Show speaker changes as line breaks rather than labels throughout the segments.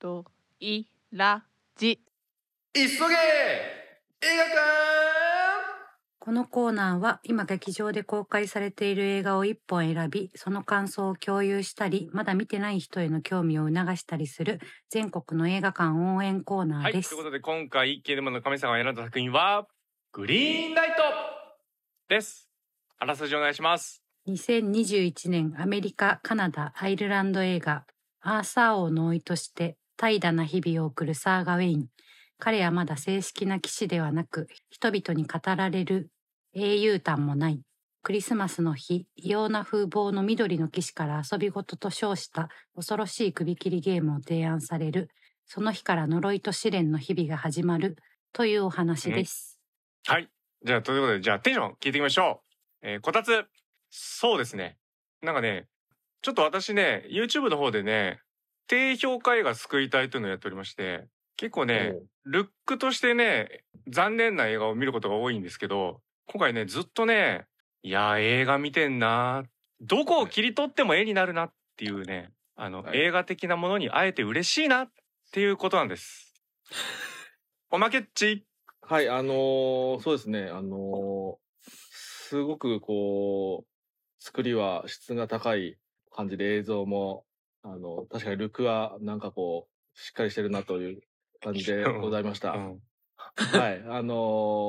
といらじ
急げ映画
このコーナーは今劇場で公開されている映画を一本選び、その感想を共有したり、まだ見てない人への興味を促したりする全国の映画館応援コーナ
は
ー
いとい
で
う
す。
ことで今回イッケルマンの神様が選んだ作品はグリーンライトですあらすじお願いします
2021年アメリカ、カナダ、アイルランド映画、アーサー王の老いとして怠惰な日々を送るサーガ・ウェイン。彼はまだ正式な騎士ではなく、人々に語られる英雄譚もない。クリスマスの日、異様な風貌の緑の騎士から遊び事と称した恐ろしい首切りゲームを提案される。その日から呪いと試練の日々が始まる。というお話です。
はいじゃあということでじゃあテンション聞いてみましょう、えー、こたつそうですねなんかねちょっと私ね YouTube の方でね低評価映画救いたいというのをやっておりまして結構ね、ルックとしてね、残念な映画を見ることが多いんですけど、今回ね、ずっとね、いやー、映画見てんなーどこを切り取っても絵になるなっていうね、あの、
はい
映画的なものに会えて嬉しいなっていうことなん です。おまけっち
はい、あのーそうですね、あのーすごくこう、作りは質が高い感じで映像も、あの、確かにルックはなんかこう、しっかりしてるなという感じでございま し
う
た。
ん。
はい、あ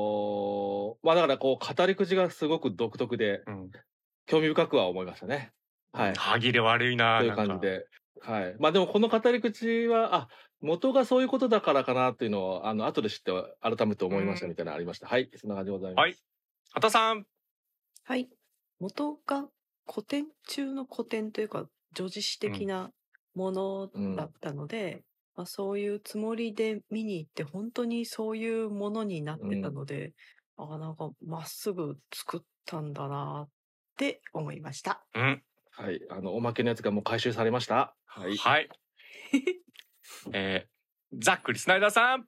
のーまあだからこう、語り口がすごく独特で、
うん。
興味深くは思いましたね。はい。
歯切れ悪いな
と
ー
いう
なんか
感じで。はい。まあでもこの語り口は、あ、元がそういうことだからかなっていうのを、あの、後で知って改めて思いましたみたいなのありました。はい。そんな感じでございます。
はい。畑さん。
はい。元が古典中の古典というか、女子史的なものだったので、まあ、そういうつもりで見に行って、本当にそういうものになってたので、ああ、なんかまっすぐ作ったんだなって思いました。
うん。
はい。あの、おまけのやつがもう回収されました。はい。
はい。えー、ざっくりスナイダーさん。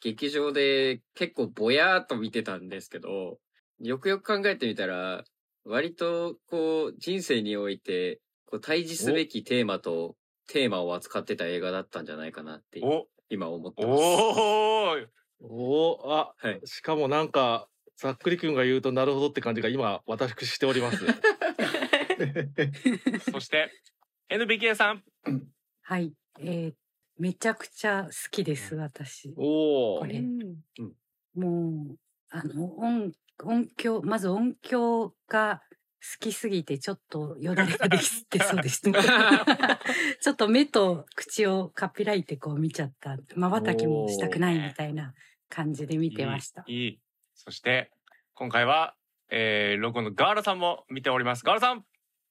劇場で結構ぼやーっと見てたんですけど、よくよく考えてみたら、割とこう人生においてこう対峙すべきテーマとテーマを扱ってた映画だったんじゃないかなって
お、
今思ってます。
おー
おおあ、
はい
しかもなんか、ざっくりくんが言うとなるほどって感じが今、私しております。
そ して、NBK さん。
はい。えーめちゃくちゃ好きです、私。
おお
これ
うん
もう、あの、音、音響、まず音響が好きすぎて、ちょっとよだれができてそうでした。 ちょっと目と口をかっぴらいてこう見ちゃった。瞬きもしたくないみたいな感じで見てました。
いいいいそして今回は、えー、ロゴのガーラさんも見ておりますガーラさん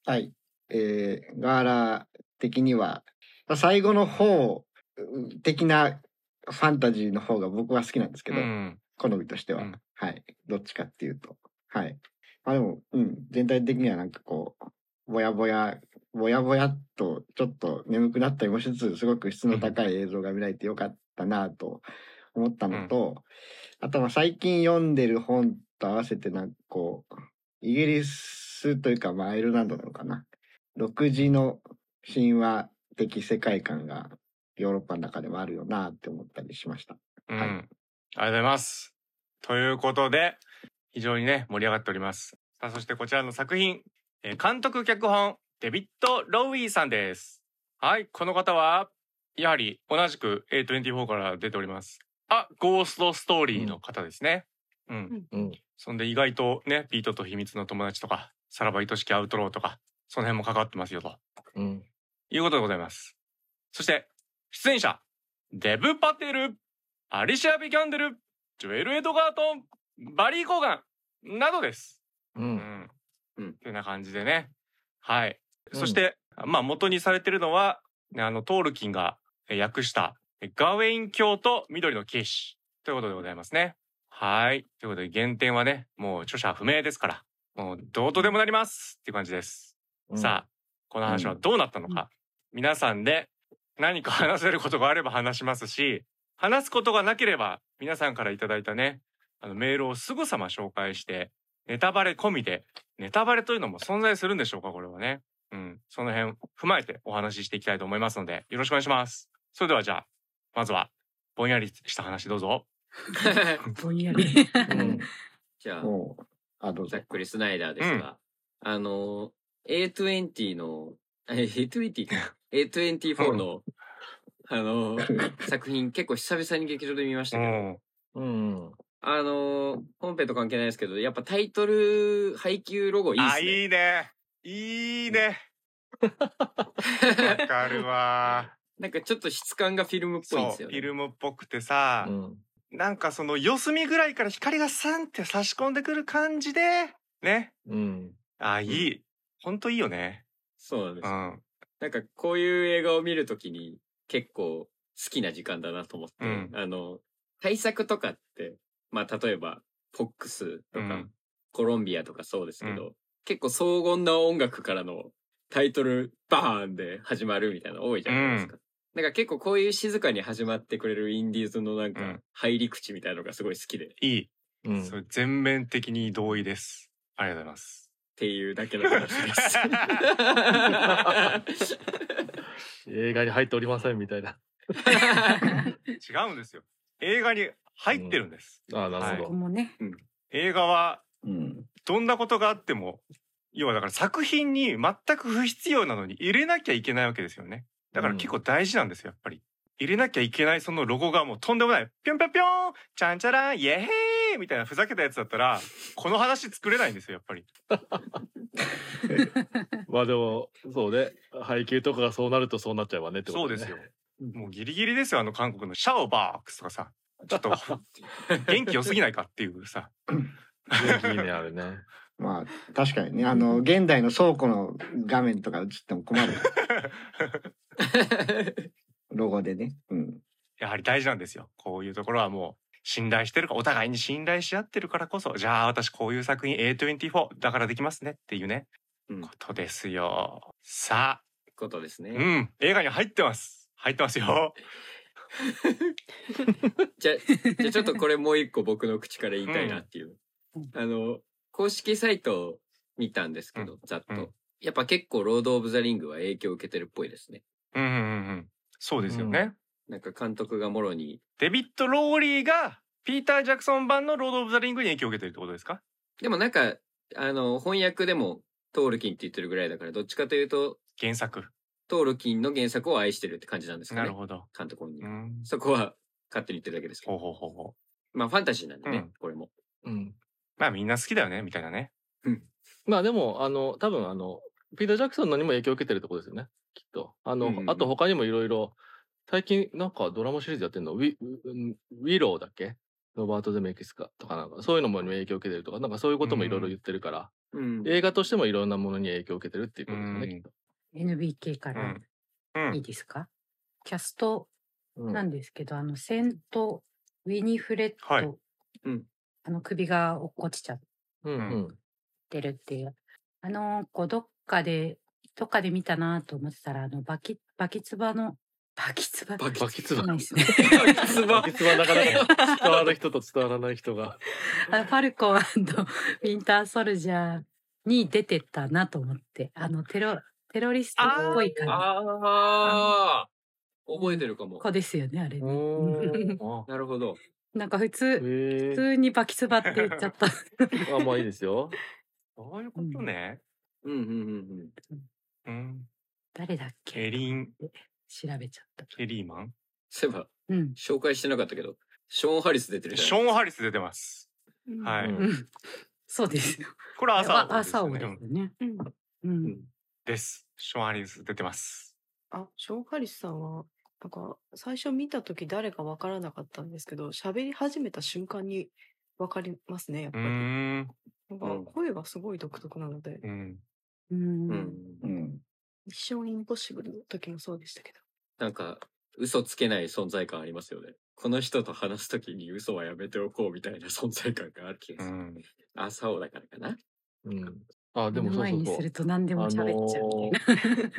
はい。えーガーラ的には、最後の方うん的なファンタジーの方が僕は好きなんですけど、
うん
好みとしては、
うん
はい。どっちかっていうと。はい。まあでも、うん。全体的にはなんかこう、ぼやぼや、ぼやぼやっと、ちょっと眠くなったりもしつつ、すごく質の高い映像が見られてよかったなと思ったのと、あとは最近読んでる本と合わせてなんかこう、イギリスというか、まあアイルランドなのかな。独自の神話的世界観がヨーロッパの中でもあるよなって思ったりしま した。
うん、
はい
ありがとうございますということで非常にね盛り上がっておりますさあそしてこちらの作品、えー、監督脚本デビッド・ロウィーさんですはいこの方はやはり同じく A24 から出ておりますあゴーストストーリーの方ですねうん
うん。
そんで意外とね、ピートと秘密の友達とか、さらば愛しきアウトローとか、その辺も関わってますよと
うん。
いうことでございます。そして、出演者、デブ・パテル、アリシア・ビキャンデル、ジョエル・エドガートン、バリー・コーガン、などです。
う。
うんん。
うん
ってな感じでね。はい。
うん
そして、まあ元にされてるのは、ねあの、トールキンがえ訳した、えガウェイン教と緑の騎士ということでございますね。はい。ということで、原点はね、もう著者不明ですから、もうどうとでもなりますっていう感じです。さあ、この話はどうなったのか、皆さんで何か話せることがあれば話しますし、話すことがなければ、皆さんからいただいたね、あのメールをすぐさま紹介して、ネタバレ込みでネタバレというのも存在するんでしょうか、これはね。うん。その辺踏まえてお話ししていきたいと思いますので、よろしくお願いします。それではじゃあ、まずは、ぼんやりした話どうぞ。
ぼんやり。
うん
じゃあ、
もう、あ、どう
ざ
ぞ
っ。くりスナイダーですが、あの、A20 の、あ A20 か ?A24 の、あの、作品結構久々に劇場で見まし
う
たけど、
ん。
うん。
あの、本編と関係ないですけど、やっぱタイトル、配給ロゴいいっ
あ、
すね。
いいね。いいね。わかるわ。
なんかちょっと質感がフィルムっぽいん
そう、
です
フ
よ、
ィ
ね。
ルムっぽくてさ
う、ん
なんかその四隅ぐらいから光がサンって差し込んでくる感じで、ね。
うん。
あ、いい。ほんといいよね。
そうなんで
う
す。
ん。
なんかこういう映画を見るときに結構好きな時間だなと思って、
うん
あの、対策とかって、まあ例えば、ポックスと
う
か、
ん
コロンビアとかそうですけど、結構荘厳な音楽からのタイトルバーンで始まるみたいなの多いじゃないですか。なんか結構こういう静かに始まってくれるインディーズのなん
う
か
ん
入り口みたいなのがすごい好きでっ
いい。
うん。
それ全面的に同意です。ありがとうございます。
ていうだけの話 です。
映画に入っておりませんみたいな。
違うんですよ。映画に入ってるんです。
ああ、なる
ここ
ほど。
もね。
映画は
うん。
どんなことがあっても、要はだから作品に全く不必要なのに入れなきゃいけないわけですよね。だから結構大事なんですよ、やっぱり。入れなきゃいけないそのロゴがもうとんでもない。ぴょんぴょんぴょんちゃんちゃらんイエヘーイみたいなふざけたやつだったら、この話作れないんですよ、やっぱり。
まあでも、そうね。配給とかがそうなるとそうなっちゃうわねってこ
そう
とね。
ですよ。もうギリギリですよ、あの韓国のシャオバークスとかさ。ちょっと元気良すぎないかっていうさ。
元気いいね、あれね。
まあ、確かにね、あの、現代の倉庫の画面とか映っても困る。 ロゴでね。うん。
やはり大事なんですよ。こういうところはもう信頼してるか、お互いに信頼し合ってるからこそ、じゃあ私こういう作品 A24 だからできますねっていうね、
うん
ことですよ。さ
ことですね。
あ、うん、映画に入ってます。入ってますよ。
じゃ、じゃあちょっとこれもう一個僕の口から言いたいなっていう。
うん
あの、公式サイトを見たんですけど、ざっと。
うん
やっぱ結構ロード・オブ・ザ・リングは影響を受けてるっぽいですね。
うんうんうんうん。そうですよね。
うん
なんか監督がもろに、
デビッド・ローリーがピーター・ジャクソン版のロード・オブ・ザ・リングに影響を受けてるってことですか
でもなんか、あの、翻訳でもトールキンって言ってるぐらいだから、どっちかというと、
原作。
トールキンの原作を愛してるって感じなんですか
な
ね。
るほど。
監督本人
う
は
ん。
そこは勝手に言ってるだけですけ
ほう
ど。
ほうほうほう。
まあファンタジーなんでね、
うん
これも。
うん。
まあみんな好きだよね、みたいなね。
まあでも、あの、多分あの、ピーター・ジャクソンのにも影響を受けてるところですよね。きっと。あの、
うんうん
あと他にもいろいろ、最近なんかドラマシリーズやってんの、ウィ、ウィウィローだっけロバート・ゼメキスかとかなんか、そういうのも影響を受けてるとか、なんかそういうこともいろいろ言ってるから、
うん。
映画としてもいろんなものに影響を受けてるっていうことですよね、
うん
きっと。
NBK か
う
ら
ん。うん
い い。ですか、キャスト
うん
なんですけど、あの、セント・ウィニフレット、
はい
うん
あの、首が落っこちちゃっ
うんうん
てるっていう。あの子、どっかで、どっかで見たなと思ってたら、あの、バキ、バキツバの、バキツバ
バキ
バキツバ
ないですね。
ツバ
バキツバなかなか伝わる人と伝わらない人が。
あのファルコンウィンターソルジャーに出てたなと思って、あの、テロ、テロリストっぽい感
ああ覚えてるか
じ。
も。
子ですよね、あれね。
おー
なるほど。
なんか普通、
へ
普
え
通にバキツバって言っちゃった。
あ、まあいいですよ。
そういうことね。
うんうんうんうん。
うん。
誰だっ
ケ
け
リン、
調べちゃった。
ケリーマン。
そういえば、
うん。
紹介してなかったけど、ショーン・ハリス出てるじゃん。
ショーン・ハリス出てます。は
う
い。
ん
うんそうですよ。
これは朝
あ朝王
で
ですす
よ
よ
ね。う
ね。
ん
うん
うん。
です。ショーン・ハリス出てます。
あ、ショーンハリスさんは、なんか、最初見たとき誰かわからなかったんですけど、喋り始めた瞬間にわかりますね、やっ
う
ぱ
ー
り。
ん。
なんか
うん
声がすごい独特なので、
うん。
う。
うんん。
うん。
一生インポッシブルの時もそうでしたけど。
なんか、嘘つけない存在感ありますよね。この人と話すときに嘘はやめておこうみたいな存在感がある気
う
がする。
ん。
朝王だからかな。
うん。あ、で
目
も
の
そう
前
そう
に
そ
す
う
る。と何でも喋っちゃうみたいな。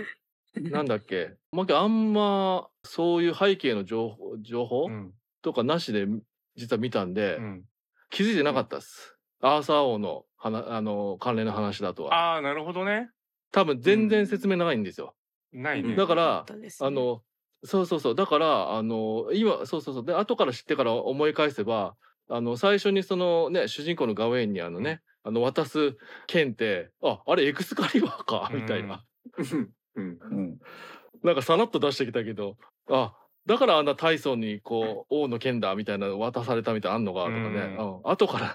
なんだっけ。まあ、あんま、そういう背景の情報、情報
うん。
とかなしで、実は見たんで
う、ん。
気づいてなかったっす。アーサー王の、はな、あの、関連の話だとは。
ああ、なるほどね。
多分全然説明長いんですよ。
ない
うん
ね。
だから
良ったですね
あ、の、そうそうそうだからあの今そうそうそうで後から知ってから思い返せばあの最初にそのね主人公のガウェインにあのね、あの渡す剣ってああれエクスカリバーか
うん
みたいな、
うん。
うん。
なんかさらっと出してきたけどあだからあんなタイソンにこう王の剣だみたいなの渡されたみたいなのあんのかとかね、
う
うん後から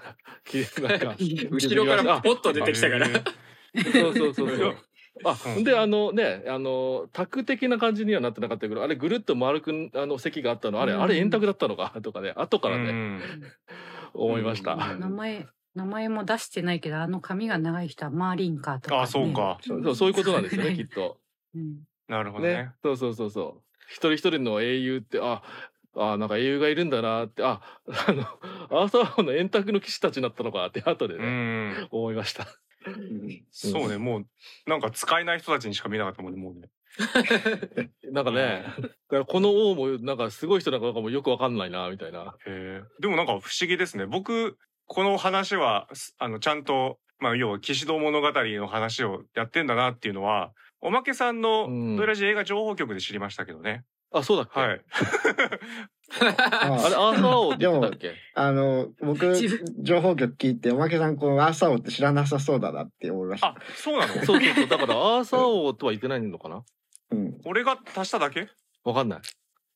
なんか
後ろからポッと出てきたから。
そうそうそうそう。 あ
うん
であのねあの卓的な感じにはなってなかったけどあれぐるっと丸くあの席があったのあれ、
うん
あれ円卓だったのか とかね後からね、思いま した、
うん
名前名前も出してないけどあの髪が長い人はマーリンカーとか、ね、
あそうか
そうそういうことなんですよねきっと
うん、
なるほど
ね
ね。
そうそうそうそう一人一人の英雄ってああなんか英雄がいるんだなってああの アーサー王の円卓の騎士たちになったのかって後で
う
ね、
ん。
思いました
そうね、もうなんか使えない人たちにしか見えなかったもんね、もうね。
なんかねだからこの王もなんかすごい人なんかなんかもうよくわかんないなみたいな
へえでもなんか不思議ですね。僕、この話は、すあの、ちゃんと、まあ、要は、騎士道物語の話をやってんだなっていうのは、おまけさんの
うん、
ドイラジ映画情報局で知りましたけどね。
あそうだっけ、
はい。
あ
あれアーサー王って言ってたっけ
あの、僕
自、
情報局聞いて、おまけさん、この朝をって知らなさそうだなって思いました
あ。、そう なの
そうそうそう。だから、アーサー王とは言ってないのかな
うん。
俺が足しただけ
わかんない。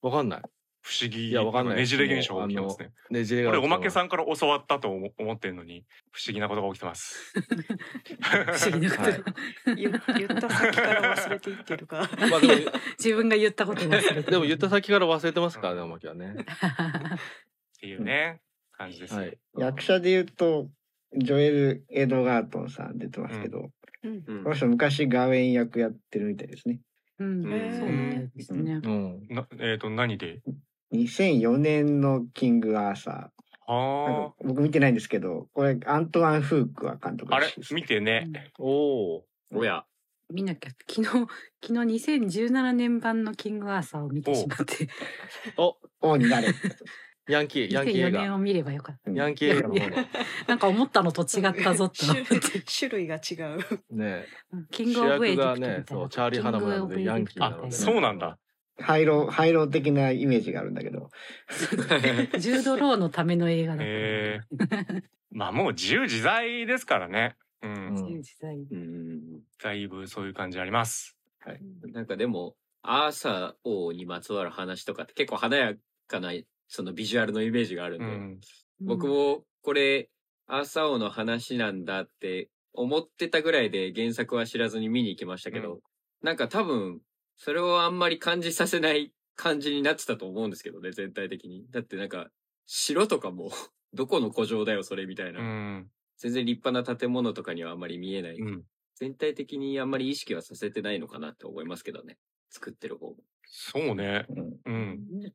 わかんない。
不思議。
いやわかんない
ねじれ現象が起きてますね。
ねじれ
こ
が。
れおまけさんから教わったと思思ってるのに、不思議なことが起きてます。
不 思議なことだ、
言言った先から忘れていってるから。
まあでも、
自分が言ったこと忘れてる
でも言った先から忘れてますからね、おまけはね。
っていうね、感じですよ。
はい。
役者で言うと、ジョエル・エドガートンさん出てますけど、
うん
う
この
ん
人昔ガウェイン役やってるみたいですね。
うん、そう
うん
みたいですね
う。ん。
なえっ、と、何で
2004年のキング・アーサー。なん
あ
か僕見てないんですけど、これ、アントワン・フークは監督
あ、あ
ら
れ
しいですね
見てね。
おお
おや。
見なきゃ昨日昨日2017年版のキングアーサーを見てしまって
ー。お、
王になれ。
ヤンキ ー、ヤンキー
2004
映
年
画。
を見ればよかっ
うん
ヤンキー映画の方だ。
たなんか思ったのと違ったぞって思 っ
種
て
種類が違う。
ね
うんキン
主
グオブエイ
役
ジプト
が
みたい
ね
な、
そう、チャーリー・ハナムなんで、ヤンキーなので
あ、
ね。
そうなんだ。
廃炉、廃炉的なイメージがあるんだけど。
ジュード・ローのための映画だ
ええまあもう自由自在ですからね。う。
うんん。
時代
うん
だいぶそういう感じあります。
なんかでも、アーサー王にまつわる話とかって結構華やかな、そのビジュアルのイメージがあるん
う
で、
ん。
僕もこれ、アーサー王の話なんだって思ってたぐらいで原作は知らずに見に行きましたけど、
う
なんか多分、それをあんまり感じさせない感じになってたと思うんですけどね、全体的に。だってなんか、城とかも、 どこの古城だよ、それみたいな。
うん。
全然立派な建物とかにはあんまり見えない。
うん。
全体的にあんまり意識はさせてないのかなって思いますけどね。作ってる方も。
そうね。
うん
うん。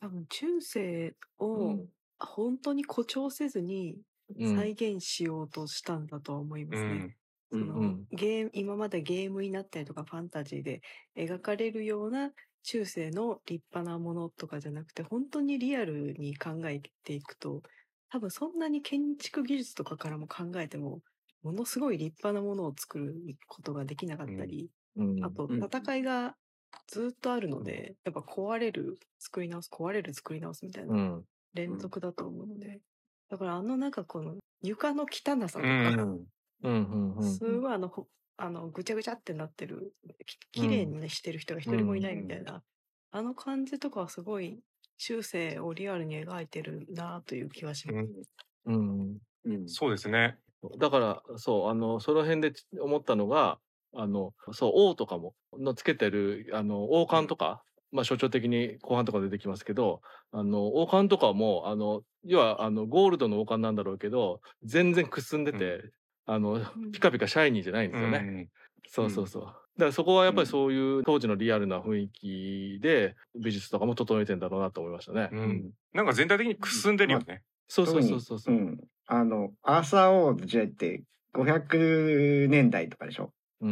多分中世
う
を
ん
本当に誇張せずに
うん
再現しようとしたんだとは思いま
う
すね。
ん。
その
うん
ゲーム今までゲームになったりとかファンタジーで描かれるような中世の立派なものとかじゃなくて本当にリアルに考えていくと多分そんなに建築技術とかからも考えてもものすごい立派なものを作ることができなかったり、
うん
あと
うん
戦いがずっとあるので、やっぱ壊れる作り直す壊れる作り直すみたいな
うん。
連続だと思うので、だからあのなんかこの床の汚さとか、
うん
うん。うん。うん
すごいあの、ほあの、ぐちゃぐちゃってなってる、き
うん
綺麗にねしてる人が一人もいないみたいな、
う
あの感じとかはすごい中世をリアルに描いてるなという気はします。
うん。
うん。
そうですね。
だからそうあのその辺でち思ったのがあのそう王とかものつけてるあの王冠とか、まあ象徴的に後半とか出てきますけどあの王冠とかもあの要はあのゴールドの王冠なんだろうけど全然くすんでて、あの
ん
ピカピカシャイニーじゃないんですよね。そうそうそう。だからそこはやっぱりそういう当時のリアルな雰囲気で美術とかも整えてんだろうなと思いましたね。
うんうん。なんか全体的にくすんでるよね。
そうそうそうそうそうう。
ん。あの、アーサー王の時代って500年代とかでしょ。
うん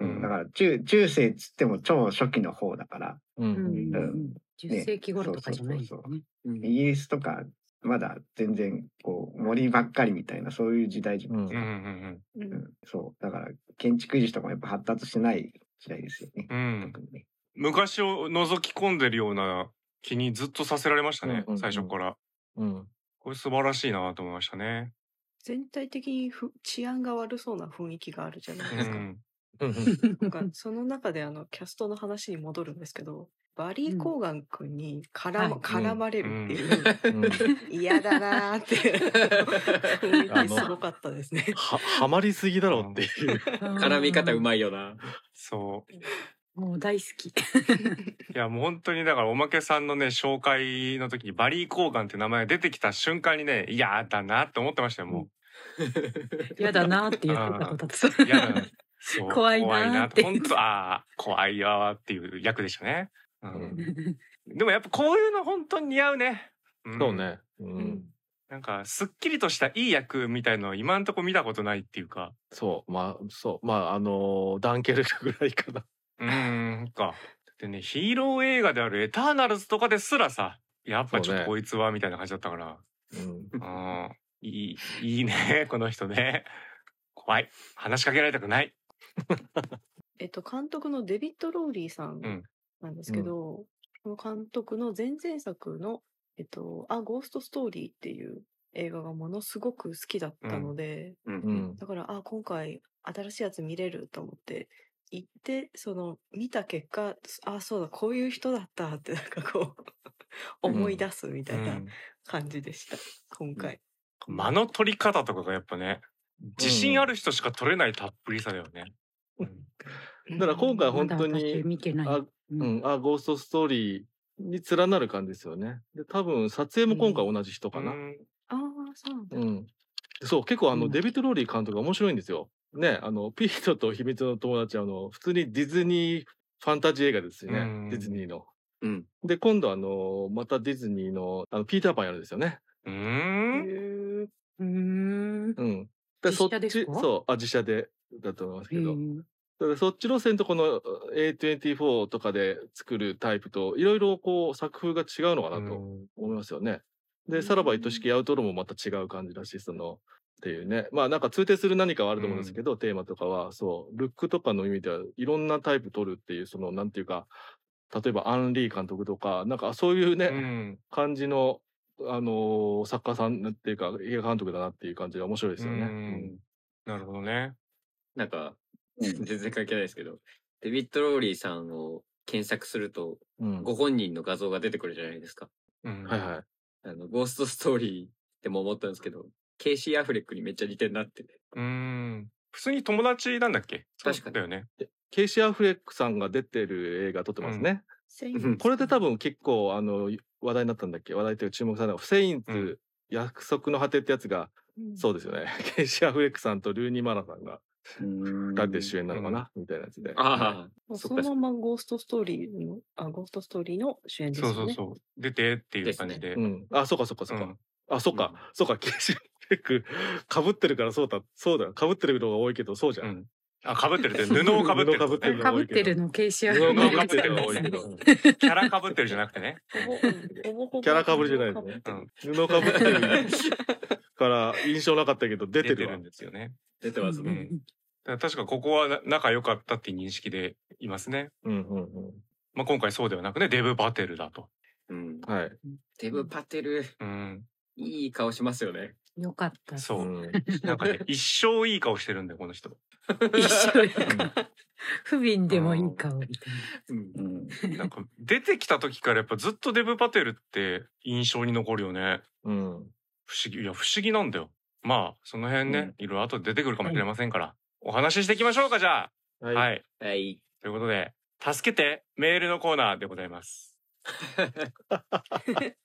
うん
うん。だから、中、中世っつっても超初期の方だから、
うんうんうん
うん
10世紀頃とかじゃないんだよね
うん
イギリスとか、まだ全然、こう、森ばっかりみたいな、そういう時代じゃないで
うん
すか。
うん
うん
うんそう。だから、建築維持とかもやっぱ発達してない時代ですよね。
うんうん。
特にね。
昔を覗き込んでるような気にずっとさせられました
うん
ね
うんうん
最初から
うん。
これ素晴らしいなと思いましたね。
全体的にふ治安が悪そうな雰囲気があるじゃな
う
いですか。
ん、
なんかその中であのキャストの話に戻るんですけど、バリー・コーガン君に絡,、
はい
絡まれるっていう、
うん
嫌だなーって雰囲気すごかったですね。
は、はまりすぎだろうっていう。
絡み方う
い。
まいよな。
そう
もう大好き。
いやもう本当にだからおまけさんのね紹介の時にバリー・コーガンって名前が出てきた瞬間にね嫌だなって思ってましたよも
嫌だなって言ってたことだった
う嫌だなそう
怖いな
怖いな
っ
ってて本当ああ怖いわーっていう役でしたね、う
うん
ん、でもやっぱこういうの本当に似合うね、ん
そうね。う
うんん。
なんかすっきりとしたいい役みたいのを今んとこ見たことないっていうか
そう、まあ、そう、まあ、あのーダンケルクぐらいかな。
うーんかでねヒーロー映画である「エターナルズ」とかですらさやっぱちょっとこいつはみたいな感じだったから。
うん。
うんいい、いいね、この人ね。怖い。話しかけられたくない。
えっと、監督のデビッド・ローリーさ
ん
んなんですけど、この監督の前々作の、えっと、あ、ゴーストストーリーっていう映画がものすごく好きだったので、
うん。
だから、あ、今回新しいやつ見れると思って、行って、その、見た結果、あ、そうだ、こういう人だったって、なんかこう、思い出すみたいな感じでした、今回。
うん間の取り方とかがやっぱね、自信ある人しか取れないたっぷりさだよね。
だから今回本当
まだ私
に、
見てない。
あ、
うん
うん、あ、ゴーストストーリーに連なる感じですよね。で、多分、撮影も今回同じ人かな。
うん
ああー、そうなんだ
うん。そう、結構あの、
うん
デビッド・ローリー監督が面白いんですよ。ね、あの、ピートと秘密の友達、あの、普通にディズニーファンタジー映画ですよね。
うん
ディズニーの。
うん。
で、今度あの、またディズニーの、あの、ピーターパンやるんですよね。
う
へ
ん。
ー
うーん。
うん。で
実写ですか
そっち、そう、あ、実写で、だと思いますけど。
うん
だからそっち路線とこのえー A24 とかで作るタイプといろいろこう作風が違うのかなと思いますよね。
う
で、
ん
さらば愛しきアウトローもまた違う感じだし、その、っていうね。まあなんか通底する何かはあると思うんですけど、テーマとかは、そう、ルックとかの意味ではいろんなタイプ取るっていう、その、なんていうか、例えばアンリー監督とか、なんかそういうね、
うん
感じの、あのー作家さんっていうか、映画監督だなっていう感じで面白いですよね。
う
うん
んなるほどね。
なんか、 全然関係ないですけど、デビッド・ローリーさんを検索すると、
うん
ご本人の画像が出てくるじゃないですか。
うん
はいはい。
あの、ゴーストストーリーでも思ったんですけど、ケイシー・アフレックにめっちゃ似てんなって。
うん。普通に友達なんだっけ
確かに
だよね。
ケイシー・アフレックさんが出てる映画撮ってますね。
セイン
うん
これで多分結構あの話題になったんだっけ話題というか注目されたのが、フセインズ、
うん
約束の果てってやつが、そうですよね。 ケイシー・アフレックさんとルーニー・マラさんが二人で主演なのかな、みたいなやつで。
ああ、
もう
そ
そ
っか
のままゴーストストーリーの、あ、ゴーストストーリーの主演です
そ
よ
う
ね。
そうそう。出てっていう感じで。
う
うん
ん。あ、そうかそうかそうか。あ、そうか、
うん
そうか。ケイシー・アフレック、被ってるからそうだ、そうだ。被ってるのが多いけど、そうじゃ。
うんんあ、かぶってるって、布をかぶってる。
布を被ってる
かぶってるの、ケイシアフ
布
レ
を
布を
被
か
っ
ぶって
て
る
る
の多
のが多
い
い
け
け
ど
ど。
キャラかぶってるじゃなくてね。
ほぼほぼ
キャラかぶりじゃないのね
うん
布を被ってるから印象なかったけど、 出て
出て
るわ
るん。ですよね。
出てます
う
ね。
んだから確かここはな仲良かったっていう認識でいますね。
うんうん
まあ、今回そうではなくね、デブ・バテルだと。
うん
うん。はい。
デブ・パテル、
うん。
いい顔しますよね。
よかった。
そうう。
ん
なんか ね、一生いい顔してるんだよ、この人。
一緒に 不憫でもいい顔みたい
うん
なんか出てきた時からやっぱずっとデブ・バテルって印象に残るよね。
うん。
不思議。いや、不思議なんだよ。まあ、その辺ね、いろいろ後で出てくるかもしれませんから。お話ししていきましょうか、じゃあ。
は。
はいい。
はい。
ということで、助けてメールのコーナーでございます。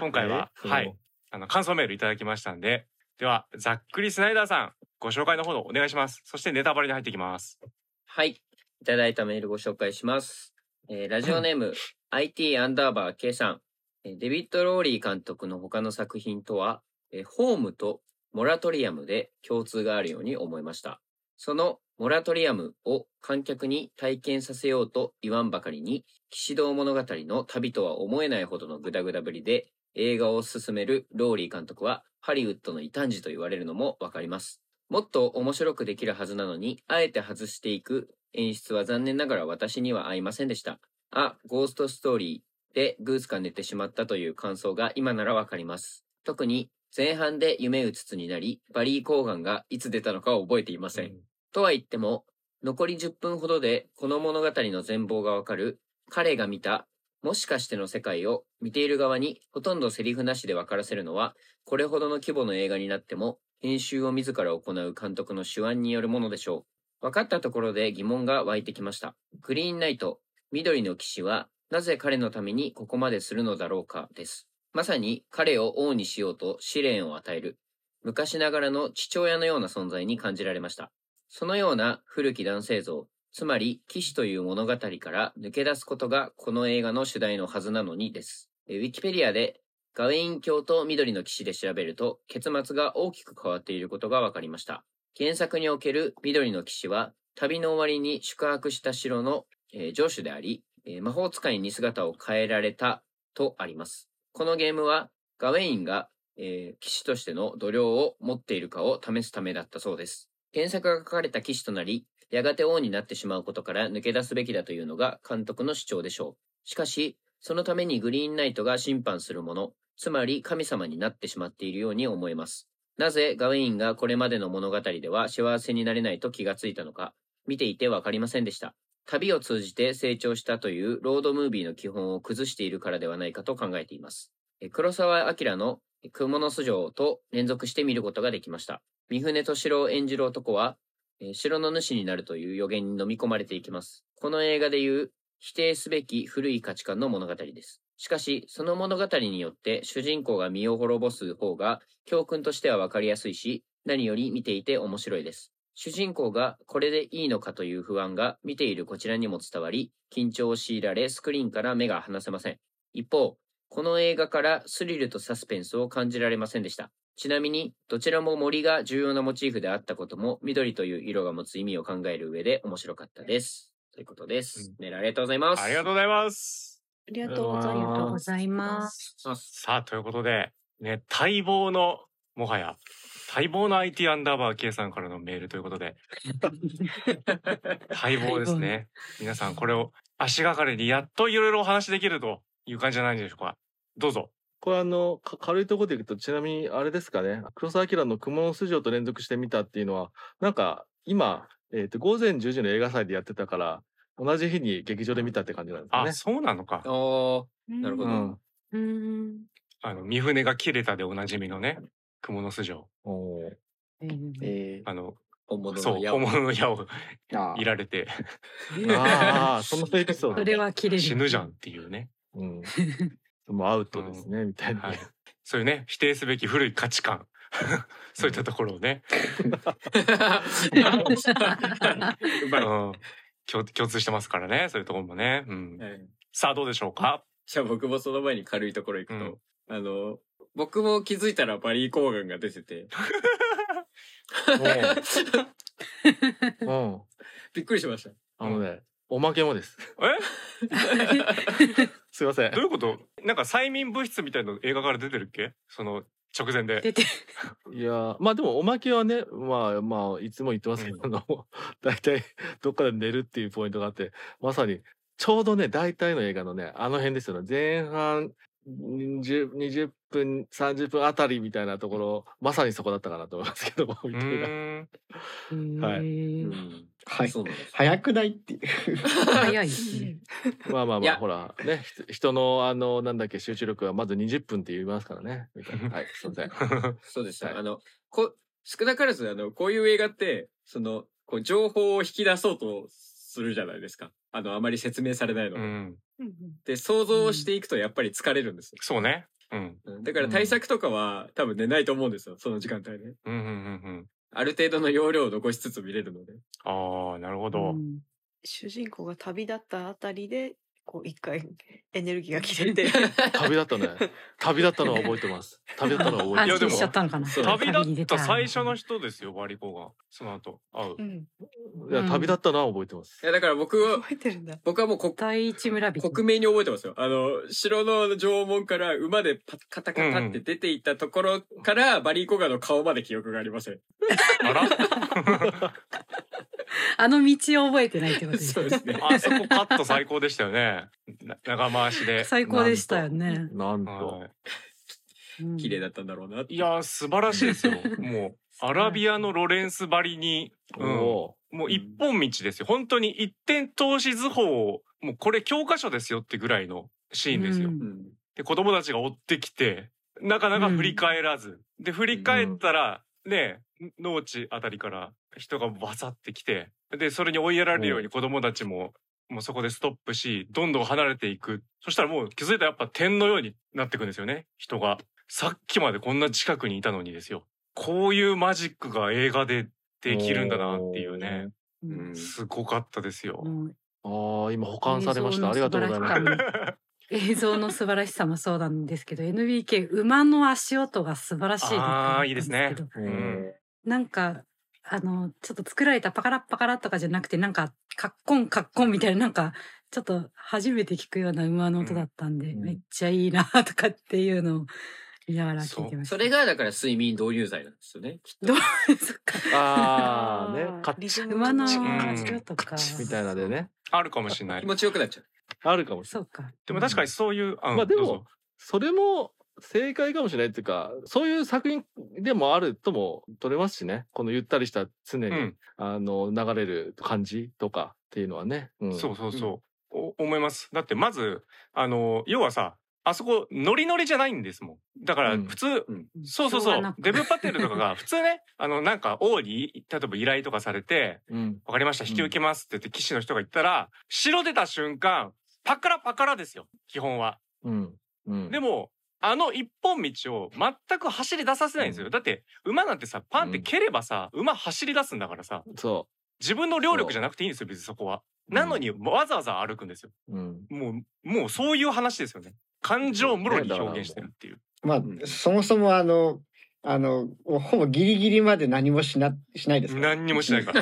今回は
え
はい。あの、感想メールいただきましたんで、では、ざっくりスナイダーさん、ご紹介の方のお願いします。そしてネタバレに入っていきます。
はい。いただいたメールご紹介します。えーラジオネーム、IT アンダーバー K さん。えーデビッド・ローリー監督の他の作品とは、えーホームとモラトリアムで共通があるように思いました。そのモラトリアムを観客に体験させようと言わんばかりに、騎士道物語の旅とは思えないほどのグダグダぶりで、映画を進めるローリー監督は、ハリウッドの異端児と言われるのもわかります。もっと面白くできるはずなのに、あえて外していく演出は残念ながら私には合いませんでした。あ、ゴーストストーリーでグースが寝てしまったという感想が今ならわかります。特に前半で夢うつつになり、バリー・コーガンがいつ出たのかは覚えていません。とは言っても、残り10分ほどでこの物語の全貌がわかる、彼が見た、もしかしての世界を見ている側にほとんどセリフなしで分からせるのは、これほどの規模の映画になっても、編集を自ら行う監督の手腕によるものでしょう。分かったところで疑問が湧いてきました。グリーンナイト、緑の騎士は、なぜ彼のためにここまでするのだろうかです。まさに彼を王にしようと試練を与える、昔ながらの父親のような存在に感じられました。そのような古き男性像、つまり騎士という物語から抜け出すことがこの映画の主題のはずなのにです。えウィキペディアでガウェイン教と緑の騎士で調べると結末が大きく変わっていることが分かりました。原作における緑の騎士は旅の終わりに宿泊した城の、えー城主であり、えー魔法使いに姿を変えられたとあります。このゲームはガウェインが、えー騎士としての度量を持っているかを試すためだったそうです。原作が書かれた騎士となり、やがて王になってしまうことから抜け出すべきだというのが監督の主張でしょう。しかし、そのためにグリーンナイトが審判するもの、つまり神様になってしまっているように思えます。なぜガウェインがこれまでの物語では幸せになれないと気がついたのか、見ていてわかりませんでした。旅を通じて成長したというロードムービーの基本を崩しているからではないかと考えています。え黒沢明の蜘の巣城と連続して見ることができました。三船敏郎を演じる男は、えー城の主になるという予言に飲み込まれていきます。この映画でいう、否定すべき古い価値観の物語です。しかし、その物語によって主人公が身を滅ぼす方が教訓としてはわかりやすいし、何より見ていて面白いです。主人公がこれでいいのかという不安が見ているこちらにも伝わり、緊張を強いられスクリーンから目が離せません。一方、この映画からスリルとサスペンスを感じられませんでした。ちなみに、どちらも森が重要なモチーフであったことも、緑という色が持つ意味を考える上で面白かったです。ということです。メラありがとうございます。
ありがとうございます。
りがとうござい
ありがとうご
ま
ざいます。
さあということでね待望のもはや待望の IT アンダーバー K さんからのメールということで待望ですね皆さんこれを足がかりにやっといろいろお話しできるという感じじゃないでしょうかどうぞ
これあの、か軽いところでいくと、ちなみにあれですかね、黒澤明の蜘蛛の筋と連続して見たっていうのは、なんか今、えっ、と、午前10時の映画祭でやってたから、同じ日に劇場で見たって感じなんですか
あ、
ね。
そうなのか
おー、なるほ
う
ど。
ん。
うん。
あの三船が切れたでおなじみのね蜘蛛の巣城
おー
え
え
あの
本物
そ
の
う
矢を
本物の矢を
ー、あ
いられて
ああ、そのエピソー
ー
ド。
それは切れる。
死ぬじゃんっ。ていう ね
うん。もうアウトですね、みたいな。
はいそういうね否定すべき古い価値観 そういったところをね、
うまい。は
うん、共共通してますからねそういうところもね、うん、
い
さあどうでしょうか
じゃあ僕もその前に軽いところ行くと、
うん
あの、僕も気づいたらバリー・コーガンが出てて、
うん。
びっくりしました。
あのね、おまけもです。
え
すいません
どう。いうことなんか催眠物質みたいなの映画から出てるっけその直前で
出て、
いやー、まあでもおまけはね、まあまあ、いつも言ってますけど、あの、 大体どっかで寝るっていうポイントがあって、まさに、ちょうどね、大体の映画のね、あの辺ですよね。前半20、20分、30分あたりみたいなところ、まさにそこだったかなと思いますけども、
う
みたいな。
ーん
は
う
い。
ん。
はい
そうなんです。
早くないっていう。
早い。
まあまあ
い
まあ、
や
ほら、ね、ひ人の、あの、なんだっけ、集中力はまず20分って言いますからね。みたいな。はい、すいません。
そうでした。
はい
あの、こ、少なからず、あの、こういう映画って、その、こう、情報を引き出そうとするじゃないですか。あの、あまり説明されないの
う
で。
ん
で、想像をしていくとやっぱり疲れるんですよ。
そうねうん
うんだから対策とかは、多分寝ないと思うんですよ。その時間帯で。
うんうんうんうん
ある程度の容量を残しつつ見れるので。
ああなるほ
う
ど、
ん
す。主人公が旅立ったあたりで、こう一回エネルギーが切れて、
旅だったね。旅だったのは覚えてます。旅だったのは覚
あ、
え
いや
て
で
死
も
しちゃったのかな。
そう
旅
に
立
出
った最初の人ですよバリコがその後 会う、
うん、
いや、旅だったのは覚えてます。
いや、だから僕は、
覚えてるんだ。
僕はもうこ、
第一村人。
克明に覚えてますよ。あの、城の縄文から馬でパカタカタって出ていったところから、バリー・コガの顔まで記憶がありません。
あら
あの道を覚えてないってことです
そうで すね。
あそこカット最高でしたよね。な長回しで。
最高でしたよね。
なんと
は。
うん
綺麗だったんだろうなって。
い。いやー、素晴らしいですよ。もう、アラビアのロレンスばりに、うん
お
もう一本道ですよ。本当に一点投資図法を、もうこれ教科書ですよってぐらいのシーンですよ。
うん
うん。
で、子供たちが追ってきて、なかなか振り返らず。で、振り返ったら、ね、農地あたりから人がバサってきて、で、それに追いやられるように子供たちも、もうそこでストップし、どんどん離れていく。そしたらもう気づいたらやっぱ点のようになってくんですよね、人が。さっきまでこんな近くにいたのにですよ。こういうマジックが映画でできるんだなっていうね。
うん
すごかったですよ。
もう
お。ああ、今保管されました。ありがとうございます。
映像の素晴らしさもそうなんですけど、NBK 馬の足音が素晴らしいなと思ったん
あーいいですね
けど
う
うんん
なんか、あの、ちょっと作られたパカラッパカラッとかじゃなくて、なんか、カッコンカッコンみたいな、なんか、ちょっと初めて聞くような馬の音だったんで、
うん
めっちゃいいなとかっていうのを見ながら聞いてました。
それ、がだから睡眠導入剤なんですよね。きっと
どう、そっか、
ああ、ね、カッ
リズム
馬の
感
足音か。
みたいなでね。
あるかもしれない
気。持ちよくなっちゃう。
あるかもし
そ
れ
うか。
でも確かにそういう、
な
う
い。
ん
まあで
どうぞ
も、それも正解かもしれないっていうか、そういう作品でもあるとも取れますしね。このゆったりした常に、
うん
あの、流れる感じとかっていうのはね。うん
そうそうそう、お思いますだってまずあの要はさあそこノリノリじゃないんですもんだから
うん
普通、
うん
そうそ
しょ
うそう
が
う
なく
デブパテルとかが普通ねあのなんか王に例えば依頼とかされて
うん。
「わかりました引き受けます」って言って騎士の人が言ったら城出た瞬間パカラパカラですよ基本は。
うん。うん。
でもあの一本道を全く走り出させないんですよ、
うん
だって馬なんてさパンって蹴ればさ、馬走り出すんだからさ
そ
自分の領力じゃなくていいんですよ別にそこは。なのにわざわざ歩くんですよ。
う。うん。
もう、もうそういう話ですよね。感情をもろに表現してるっていう。
まあ、
ん
そもそもあの、あの、ほぼギリギリまで何もしな、しないですから。
何にもしないから。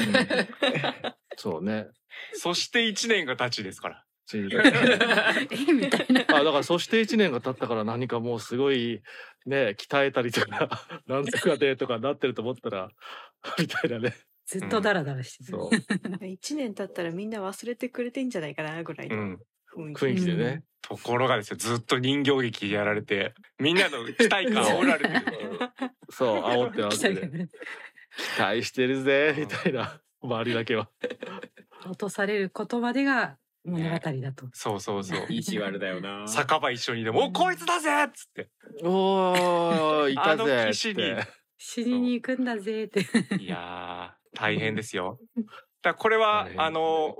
そ うね。
そして1年が経ちですから。
ついに
えみたいな。
あだからそして1年が経ったから何かもうすごいね鍛えたりとか なんとかでとかなってると思ったら みたいなね
ずっとダラダラしてる。
そ
一年経ったらみんな忘れてくれてんじゃないかなぐらいうの
ん。
雰
う
囲気。
雰囲気でね、
ところがですよ、ずっと人形劇やられて、みんなの期待感を煽られてるっていう。
そう煽 って
来た
煽
りと
って、
か
ね、
ね
期待してるぜみたいな周りだけは
落とされる言葉でが物語だと。
そうそうそう。
意地悪だよな。
酒場一緒にでも、おこいつだぜっつって。
「おーいた
あの
ぜ」
騎士
っ
に
て
死にに行くんだぜって。
いやー、大変ですよ。だからこれは
大、変
あの、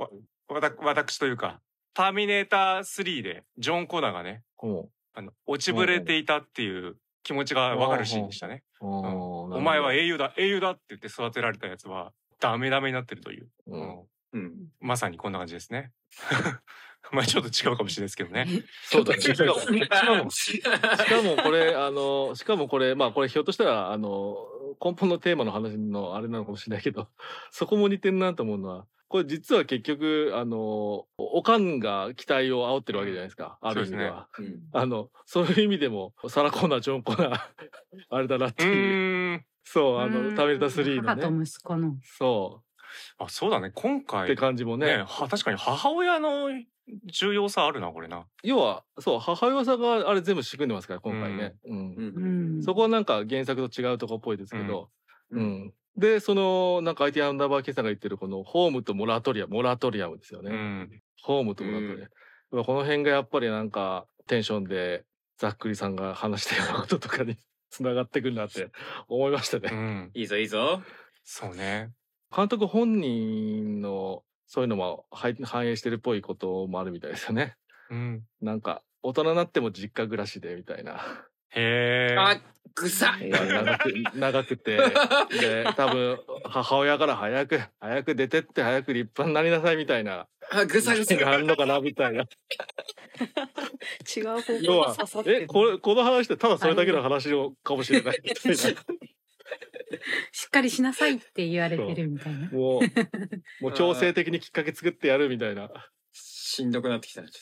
わわた私というか、ターミネーター3で、ジョン・コナーがね、
お
あの、落ちぶれていたっていう気持ちがわかるシーンでしたね。
お
お前は英雄だ英雄だって言って育てられたやつはダメダメになってるという、
うん、
うん。
まさにこんな感じですね まあちょっと違うかもしれないですけどね
そう だねしかもしかも
し
しかもこれあのしかもこれまあこれひょっとしたらあの根本のテーマの話のあれなのかもしれないけどそこも似てんなと思うのはこれ実は結局あのおかんが期待を煽ってるわけじゃないですか、ある意味で
そう
は。あのそういう意味でもサラコーナージョンコーナーあれだなっ
う
ていう
ーん
そうあの
うん
食べれた3
母
のね
と息子の。
そ
あそうだね今
うっ
回
て感じもね
ねは確かに母親の重要さあるなこれな
要はそう母親さんがあれ全部仕組んでますから今回ね、うん
うん
そこはなんか原作と違うとこっぽいですけど、
うん
うんでそのなんか IT アンダーバーケさんが言ってるこのホームとモラトリアムモラトリアムですよね、
うん
ホームとモラトリアム、まあこの辺がやっぱりなんかテンションでざっくりさんが話したようなこととかに つながってくるなって思いましたね、
うん
いいぞいいぞ。
そうね
監督本人のそういうのもはい反映してるっぽいこともあるみたいですよね
うん
なんか大人になっても実家暮らしでみたいな
へ
あ
え、
くさ
えー
長く長くてで多分母親から早く早く出てって早く立派になりなさいみたいな
あぐさぐさ。
があるのかなみたいな。
違う方
要
向が
は
刺さっ、て
え、
る。
これ、この話ってただそれだけの話をかもしれないみたい
しっかりしなさいって言われてるみたいな
な。。もう、もう強制的にきっかけ作ってやるみたいな。
しんどくなってきたなち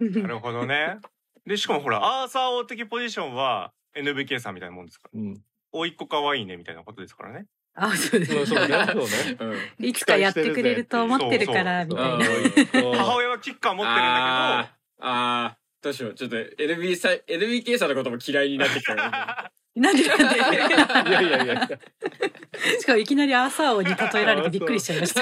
ょっ
なるほどね でしかもほらアーサー王的ポジションは NBK さんみたいなもんですから
うん。
甥っ子可愛いねみたいなことですからね
あ、そうです
うんそうねそうね
うん
いつかやってくれると思ってるから、み
そう
たい
あ
な。
ー
母親はキッカー持ってるんだ
あーあー、どうしよう。ちょっと NB さ、NBK さんのことも嫌いになってきたよ。
なんでなんで
いやいやいやいや。
しかもいきなりアーサー王に例えられてびっくりしちゃいまし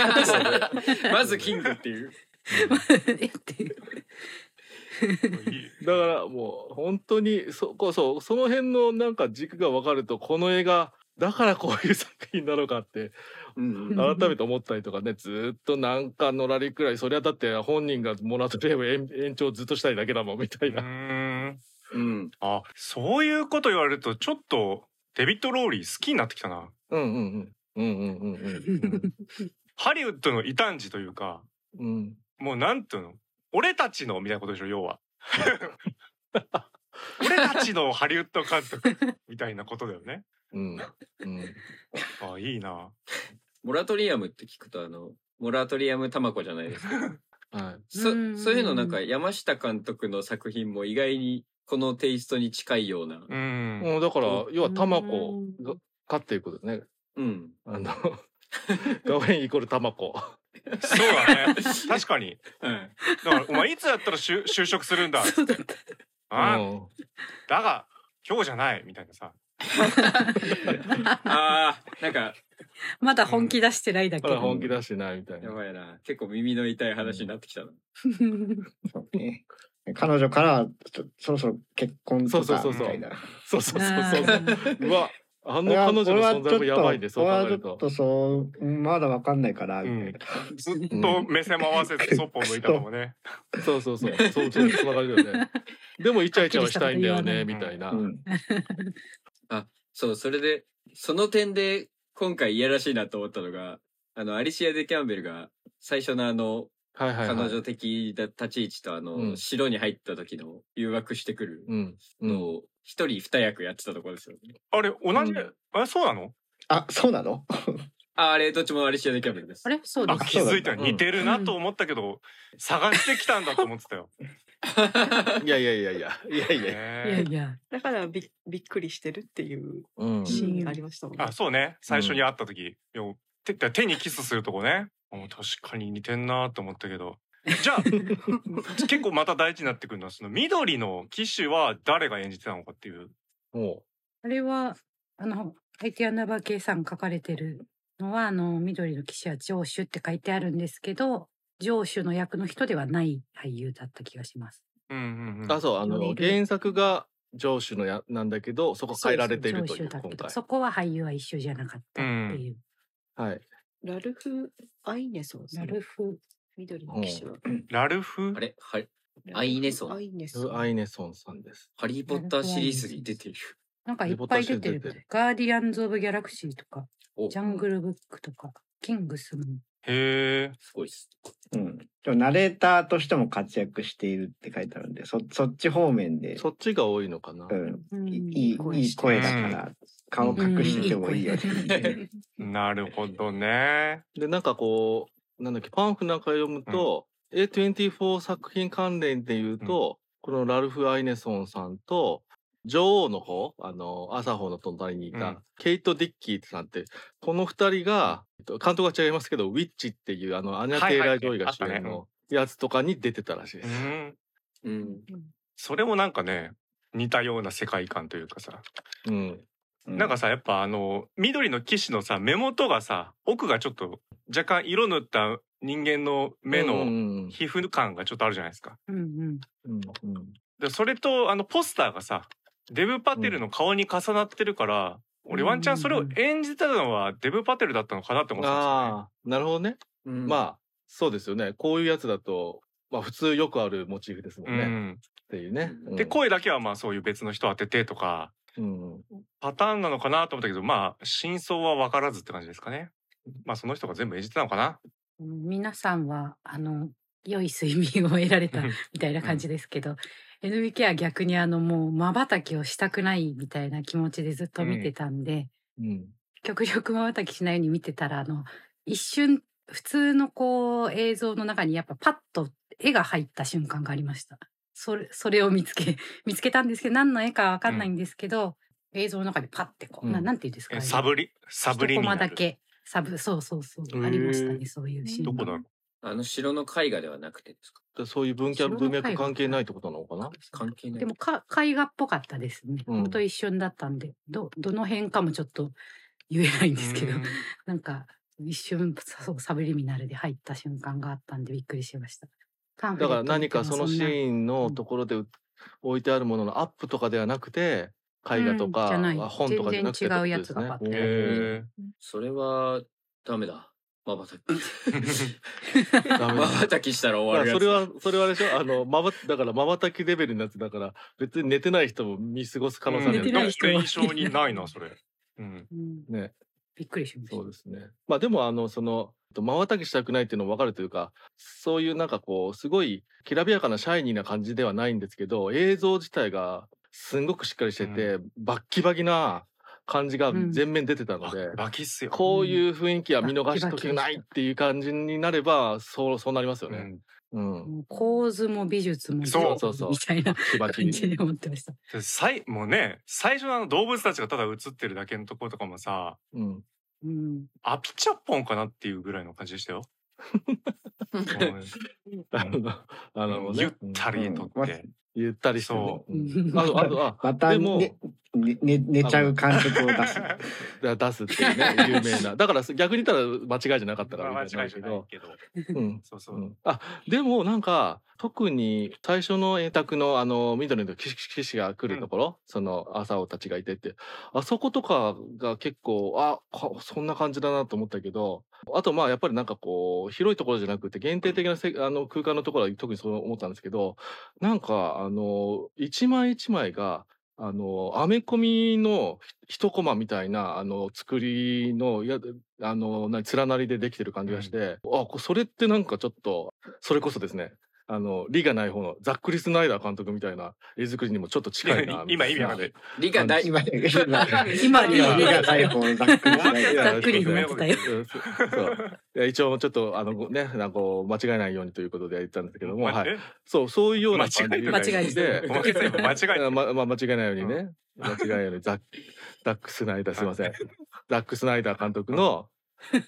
た。
まずキングっていう。
えっていう
けど、いい
だからもう本当にそこそうその辺のなんか軸が分かるとこの映画だからこういう作品なのかって
うん
うん
改めて思ったりとかねずーっとなんかのらりくらいそりゃだって本人がモラトリアム延延長ずっとしたいだけだもんみた
う
いな。
ーん
うん。
あそういうこと言われるとちょっとデビッド・ローリー好きになってきたな
うんうんうんうんうんうんうん
ハリウッドの異端児というか
うん
もうなんていうの俺たちのみたいなことでしょ要は 俺たちのハリウッド監督みたいなことだよね
うんうん
あいいな
モラトリアムって聞くと、あの、モラトリアムタマコじゃないですか。
はい
そ
うん
そういうのなんか山下監督の作品も意外にこのテイストに近いような。
うん
もうだから要は玉子が勝っていくことね
うん。
あの画面イコール玉子
そうだね確かに
はい。
だからお前いつやったら就 就職するんだ
そうだった。
あ
う
ー
ん
だが今日じゃないみたいなさ
ああ、なんか、
まだ本気出してないだけ
ま
ど。
だ本気出してないみたいな
やばいな。結構耳の痛い話になってきたな。
そうね彼女からはちょそろそろ結婚とか
そうそうそ
み
うそう
たいな。
そうそうそう
あ
そうそう
ー
うわ、あの彼女の存在もやばいね、そう
これ
考
は
え
ちょ
る
っ
と
とこ。れはちょっとそうまだわかんないから、
うん
みたい
ずっと目線も合わせてそっぽ向いたのもね
そうそうそう、そう、そう、つながりだよね。でもイチャイチャはしたいんだよね、
はっき
み
りした
た
こと
い
な。
な
う。ん
そう、それで、その点で、今回いやらしいなと思ったのが、あの、アリシア・デ・キャンベルが、最初のあの、
はいはい
彼
はい。
女的な立ち位置とあの、
うん
城に入った時の誘惑してくる
うん、う
の
ん、
を、一人二役やってたところですよね。
あれ同じ、
うん
あそうなの
あ、そうなの？
あ、あれ、どっちもアリシア・デ・キャンベルです。
あれそうで
あ
す。
気づいた
うん
似てるなと思ったけど、探してきたんだと思ってたよ、
いやいやいやいや、いや
い
いや。
や
ね
いや。
だからびびっくりしてるっていう
うん、
シーンありましたもんね
あ。そうね最初に会った時、いや手手にキスするとこねもう確かに似てんなと思ったけどじゃあ結構また大事になってくるのはその緑の騎手は誰が演じてたのかっていう
も
あれは、あの、ハイティアナバケさん書かれてるのは、あの、緑の騎士は上手って書いてあるんですけど、上手の役の人ではない俳優だった気がします。
うんうんうん
う、あ、そう、あの、原作が上司のや、なんだけど、そこ変えられているとい
そう
う、
です上手だ
今
けど
回。
そこは俳優は一緒じゃなかったっていう。
はい。
ラルフ・アイネソンです
ラ
ね
ルフ、
緑の騎士は。
ラルフ
あれはアイネソン
アイネソン
アイネソンさんです。
ハリー・ポッターシリーズに出ている。
なんかいっぱい出てるみたい
レポート集出てる
ガーディアンズ・オブ・ギャラクシーとか、
お、
ジャングル・ブックとか、キングスも。
へえ
すごいっす。
うん。でもナレーターとしても活躍しているって書いてあるんで、そそっち方面で、
そっちが多いのかな。
うん、
うん
いい
うん
いい声だから顔隠しててもいいよね。
なるほどね
で、なんかこう、なんだっけ、パンフなんか読むと、A24 作品関連で言うと、このラルフ・アイネソンさんと、女王の方、あの、アサホの隣にい
うん
た、ケイト・ディッキーさんって、この二人が、えっと監督が違いますけど、ウィッチっていう、あの、アニャ・テイラー・ジョイが主
はいはい
演
はいあっ
のやつとかに出てたらしいで
う
す。
ん
うん。
それもなんかね似たような世界観というかさ
うん。
う
なんかさやっぱあの緑の騎士のさ目元がさ奥がちょっと若干色塗った人間の目
うんう
の
ん
皮膚感がちょっとあるじゃないですか。
うんうん。
うんうん
でそれとあのポスターがさデブ・パテルの顔に重なってるから、俺
うん
ワンチャンそれを演じてたのはデブ・パテルだったのかなって思ってたん
ああ、なるほどね。
うん
まあ、そうですよね。こういうやつだと、まあ普通よくあるモチーフですも
ですよね。
んね。
う
っ
ん
ていうね。うん
で声だけはまあそういう別の人当ててとか
うん
パターンなのかなと思ったけどまあ真相は分からずって感じですかね。まあその人が全部演じてたのかな。
うん皆さんは、あの、良い睡眠を得られた
うん
みたいな感じですけど、NBK は逆にあの、もう瞬きをしたくないみたいな気持ちでずっと見てたんで、
うん
極力瞬きしないように見てたら、あの、一瞬、普通のこう、映像の中にやっぱパッと絵が入った瞬 間がありました。それ、それを見つけ、見つけたんですけど、何の絵かわかんないんですけど、映像の中でパッてこう、
うん
ななんていうんですか
えサブリ、サブ
一
リ
コ
ミナ
マだ
ル。
けサブそうそうそう、
へー
ありましたねそういうシーン
ど
が
こだろう
あの城の絵画ではなくてですか
でそういう文
知ら
脈、
ない
文脈関係ないってことなのかな
関係ない。
でもか絵画っぽかったですね、
うん
ほんと一瞬だったんでどどの辺かもちょっと言えないんですけど
うーん
なんか一瞬そうサブリミナルで入った瞬間があったんでびっくりしましただ
だから何かそのシ
ン
ーンのところでう置いてあるもののアップとかではなくて、絵画と
うんじ
か、
ゃない
本とかじゃなくて
全
ってことですね、
然違うやつがパッて
へ
それは、ダメだ。まばたき。
うんダ
ま
メだ
ばたきしたら
だ
終
か
わる
ら
や
そ
つ。
れは、それはあれでしょあの、まば、だから瞬きレベルになって、だから別に寝てない人も見過ごす 可能性あ
寝
るよね
てない人は
印象にないな、それ。うん。
うん
ね。
びっくりしました
そうですね。まあでも、あの、その、瞬きしたくないっていうのもわかるというか、そういうなんかこう、すごい、きらびやかなシャイニーな感じではないんですけど、映像自体がすんごくしっかりしてて、バッキバキな感じが
うん
全面出てたの
バ
で、
バキっすよ。
こういう雰囲気は見逃し
バッキ
と
バキ
けないっていう感じになれば、そう、そうなりますよ
う
ね。
ん
うん。
もう構図も美術も
そう
そうそう
みたいな
バッキバキ
感
に。
じで思ってました
でさいもうね、最初のあの動物たちがただ映ってるだけのところとかもさ、
うん。
うん
アピチャポンかなっていうぐらいの感じでしたよ。うん
あの、あの、ね
ゆったりと
う
っ
ん
て。
ゆったりしてね
そ。
うんあと、あと、あ、
また
でも
ねねね寝ちゃう感触を 出す。
だ出すっていうね、有名な。だから逆に言ったら間違いじゃなかったから
まあ
みた
間違い
い
じゃ
にな
ない
る
けど。
けど。うん。
そうそうう。
ん、あでもなんか特に最初の円卓のあの緑の騎士騎士が来るところ、その朝尾たちがいてってあそことかが結構あかそんな感じだなと思ったけどあとまあやっぱりなんかこう広いところじゃなくて限定的なせあの空間のところは特にそう思ったんですけどなんかあの一枚一枚があのアメコミの一コマみたいなあの作りのやあのな連なりでできてる感じがして、あこそれってなんかちょっとそれこそですねあの理がない方のザックリスナイダー監督みたいな絵作りにもちょっ と近いな
今意味わかんない。
理が大、
今、 今、
今に
今、目が逮捕ざっくりし ない
いや
ざっくりになってたよ
うんそうそういや一応ちょっとあのごねなんかこう間違えないようにということで言ったんですけども、
まあ
はい、
ね
そうそういうような感じで
間
え
違
てない
で
ごめんなさい間違えてない
あまま間違えないようにね、間違えないようにザッザックスナイダーすいませんザックスナイダー監督の、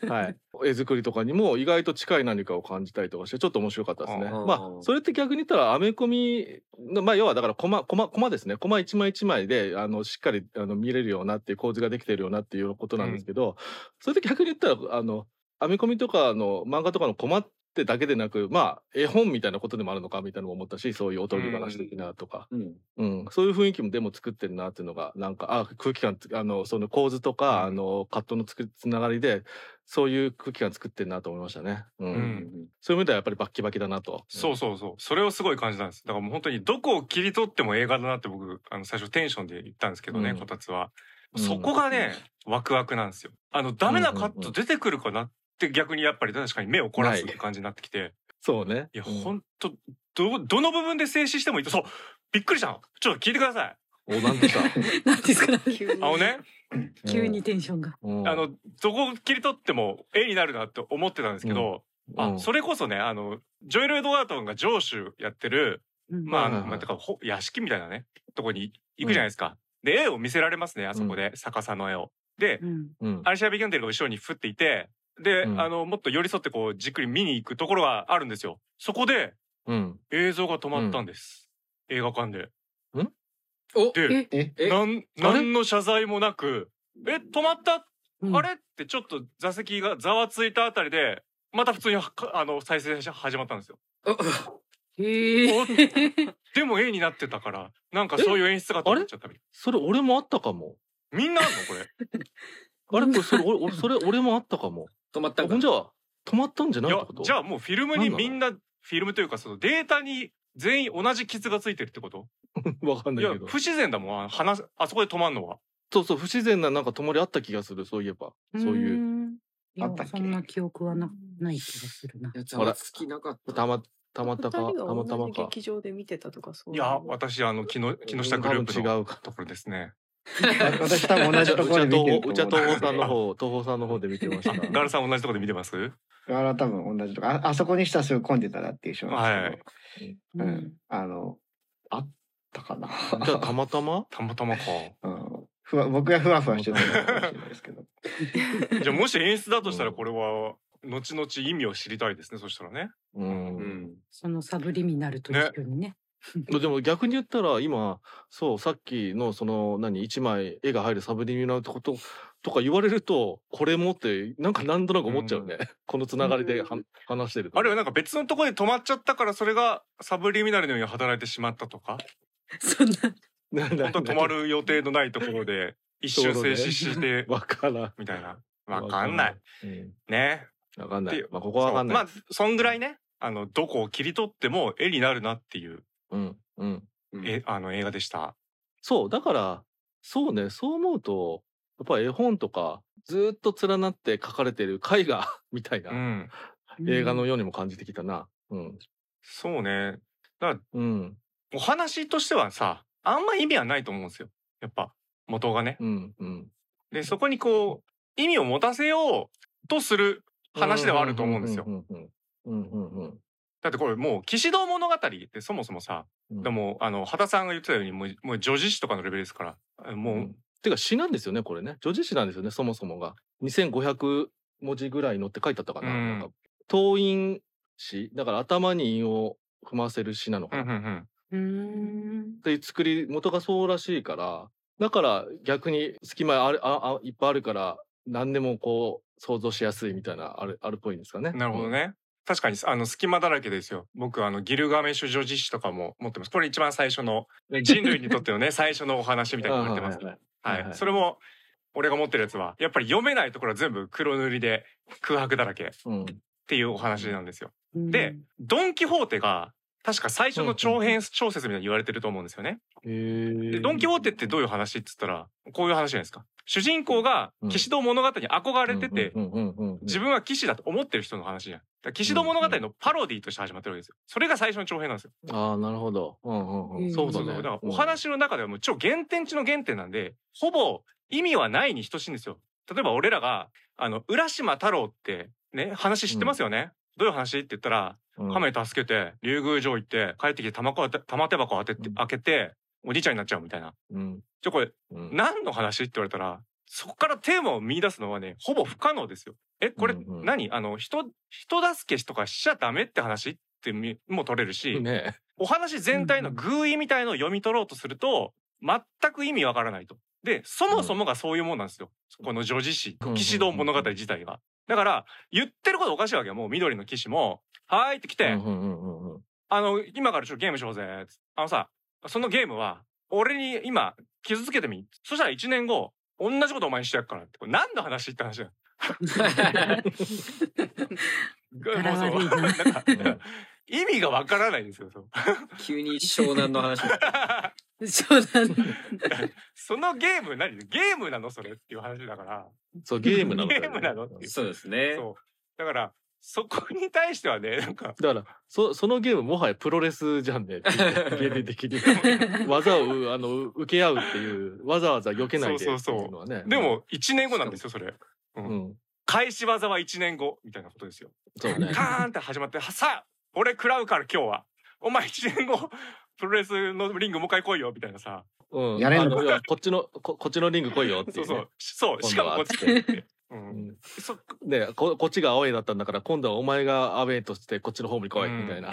はい、絵作りとかにも意外と近い何かを感じたりとかしてちょっと面白かったですね。
あ
ー
まあそれって逆に言ったらアメコミのまあ要はだからコマコマコマですねコマ一枚一枚であのしっかりあの見れるようなっていう構図ができてるようなっていうことなんですけど、それって逆に言ったらあのアメコミとかの漫画とかのコマってだけでなくまあ絵本みたいなことでもあるのかみたいなのも思ったしそういうおとぎ話的なとか、
うん。
うん、そういう雰囲気もでも作ってるなっていうのがなんかあ空気感つあのその構図と
う
か、
ん
あのカットのつくつながりでそういう空気感作ってるなと思いましたね、うん
うん
そういう意味ではやっぱりバッキバキだなと
そうそうそう。それをすごい感じたんです。だからもう本当にどこを切り取っても映画だなって僕、あの、最初テンションで言ったんですけどね、
うん
こたつは。
うん
そこがね、ワクワクなんですよ。あの、ダメなカット出てくるかなって逆にやっぱり確かに目を凝らす
ない
感じになってきて。
そうね
いや、
うん
ほんと、ど、どの部分で静止してもいいと、そうびっくりしたのちょっと聞いてください。
おなんとした、
何ですか
急に
あのね、
急にテンションが
うん、
あの、どこを切り取っても絵になるなって思ってたんですけど、
う
あ、
ん
それこそね、あの、ジョエル・エドワートンが上州やってる、
うん
まあ、
はいはいはい
まあ、てか、ほ屋敷みたいなね、とこに行くじゃないですか。で、絵を見せられますね、あそこで、逆さの絵を。で、
うん
うん
アリシア・ビキャンデルが後ろに振っていて、で、
うん
あの、もっと寄り添ってこう、じっくり見に行くところがあるんですよ。そこで
うん
映像が止まったんです。映画館で。
お
で、
え
え
なん、何の謝罪もなく、え、止まった、
うん
あれってちょっと座席がざわついたあたりで、また普通にはかあの再生始まったんですよ。
へえ
でも絵になってたから、なんかそういう演出がと思っちゃったみたい
それ俺もあったかも
みんなあんのこれ。
あれこれそれ俺俺それ俺もあったかも
止まった
あ
ん
ほ
か
んじゃあ止まったんじゃないいっ
や
てこと
じゃあもうフィルムにみんなフィルムというかそのデータに全員同じ傷がついてるってこと
わかん
い
ない
や
けど
不自然だもんあ話あそこで止まんのは
そうそう不自然ななんか止まりあった気がするそういえばそういう
ういや
あったっけ
そんな記憶はなない気がするな
やつは尽きなかった。
たまたまたか
二人
た
は
ま
同
たま
じ
か
劇場で見てたとかそう
い
いう
や私あの木の木下グループ
多
の
分違うか
ところですね
私多 分同じところで見てると
うちは
思う。
東宝さんの 方、東宝さんの方で見てました。
ガールさん同じところで見てます
あれは多分同じとこ。ああそこにしたらすぐ混んでたなっていう人なんですけど。うん。あの、あったかな。
じゃあたまたま
たまたまか
うん、ふわ僕がふわふわしてたのかもしれないですけど。
じゃあもし演出だとしたらこれは後々意味を知りたいですねそしたらね。
う。
うんん。
そのサブリミナルと一緒にね。
でも逆に言ったら今そうさっきのその何一枚絵が入るサブリミナルってこととか言われるとこれもってなんかなんとなく思っちゃうね、このつながりでは話してると
あるいはなんか別のところで止まっちゃったからそれがサブリミナルのように働いてしまったとか
そんな。
なな
本当は止まる予定のないところ で一瞬静止して
わからん
みたいな わかんない、
うん
ね。
わかんな
ってい
いうまあここはわかんない
そうまあそんぐらいねあのどこを切り取っても絵になるなっていう、
うんうん
えあの映画でした。
そうだからそうねそう思うとやっぱり絵本とかずーっと連なって書かれてる絵画 みたいな、
うん、
映画のようにも感じてきたなうん
そうね
うん
お話としてはさあんま意味はないと思うんですよやっぱ元がね。
うんうん
でそこにこう意味を持たせようとする話ではあると思うんですよ
う。んうんうんうんうん
だってこれもう騎士道物語ってそもそもさ
うん
でもあの畑さんが言ってたようにもうもう女子誌とかのレベルですからもう、
うんてか詩なんですよねこれね女子詩なんですよねそもそもが2500文字ぐらいのって書いてあったかな,、
うん
なんか頭韻詩だから頭に韻を踏ませる詩なのか
うん
な、
うん
っ
うん
うー ん。
ていう作り元がそうらしいからだから逆に隙間あるああいっぱいあるから何でもこう想像しやすいみたいなあるあるっぽいんですかね
なるほど、ね。確かにあの隙間だらけですよ。僕あのギルガメッシュ女子誌とかも持ってます。これ一番最初の 人類にとってのね最初のお話みたいに言われてます
あ。はい
は
はいい。はい
それも俺が持ってるやつはやっぱり読めないところは全部黒塗りで空白だらけっ
うん
ていうお話なんですよ。
うん
でドン・キホーテが確か最初の長編小説みたいに言われてると思うんですよね。
へー
でドン・キホーテってどういう話っつったらこういう話じゃないですか。主人公が
うん
騎士道物語に憧れてて、
うんうんうんうんうん
自分は騎士だと思ってる人の話じゃん。だから騎士道物語のパロディとして始まってるわけですよ。それが最初の長編なんですよ。
ああなるほど、うんうんうん
うん
そうだ
そう
ね
そうだからお話の中ではもう超原点中の原点なんで、ほぼ意味はないに等しいんですよ。例えば俺らが、あの、浦島太郎ってね、話知ってますよね。どういう話って言ったら、
うん
亀助けて、竜宮城行って、帰ってきて玉川て玉手箱当てて、
うん
開けて、おじいちゃんになっちゃうみたいな。
うん
じゃあこれ、
うん
何の話って言われたらそこからテーマを見出すのはねほぼ不可能ですよ。えこれ
うんうん
何、あの人人助けとかしちゃダメって話ってみも取れるし、
ねえ
お話全体の偶意みたいのを読み取ろうとすると全く意味わからないと。でそもそもがそういうもんなんですよ、この女子誌
うん
騎士道物語自体が。だから言ってることおかしいわけよもう緑の騎士も「はーい」って来て、
うんうんうんうんうん
あの、今からちょっとゲームしようぜ。つあのさ、そのゲームは、俺に今、傷つけてみ。そしたら1年後、同じことお前にしてやっからって。これ何の話って話だよ。
柄悪いな
もうそうなん
う
か
ん
意味がわからないんですよ。そう
急に湘南の話。
そうなんだ。
そのゲーム何ゲームなのそれっていう話だから。
そう、ゲームなの。
ゲームなのっ ていう
そうですね。
そう。だから、そこに対してはね、なんか、
だから、そ、そのゲームもはやプロレスじゃんね。 芸理的に。技をう、あの、う受け合うっていう、わざわざ避けないで。
そうそうそう
っていのはね。
でも1年後なんですよ、それ。
うん、うん。
返し技は1年後みたいなことですよ。
そうね。
カーンって始まって、はさあ俺食らうから今日は。お前一年後、プロレスのリングもう一回来いよ、みたいなさ。
うん。
やれんのか
あ要はこっちの、こ、こっちのリング来いよって
そ
いううね、
そう。そう、しか
今度
も
は
こっち来いって。うん。そ
うんねこ、こっちがアウェイだったんだから、今度はお前がアウェイとして、こっちのホームに来い、みたいな。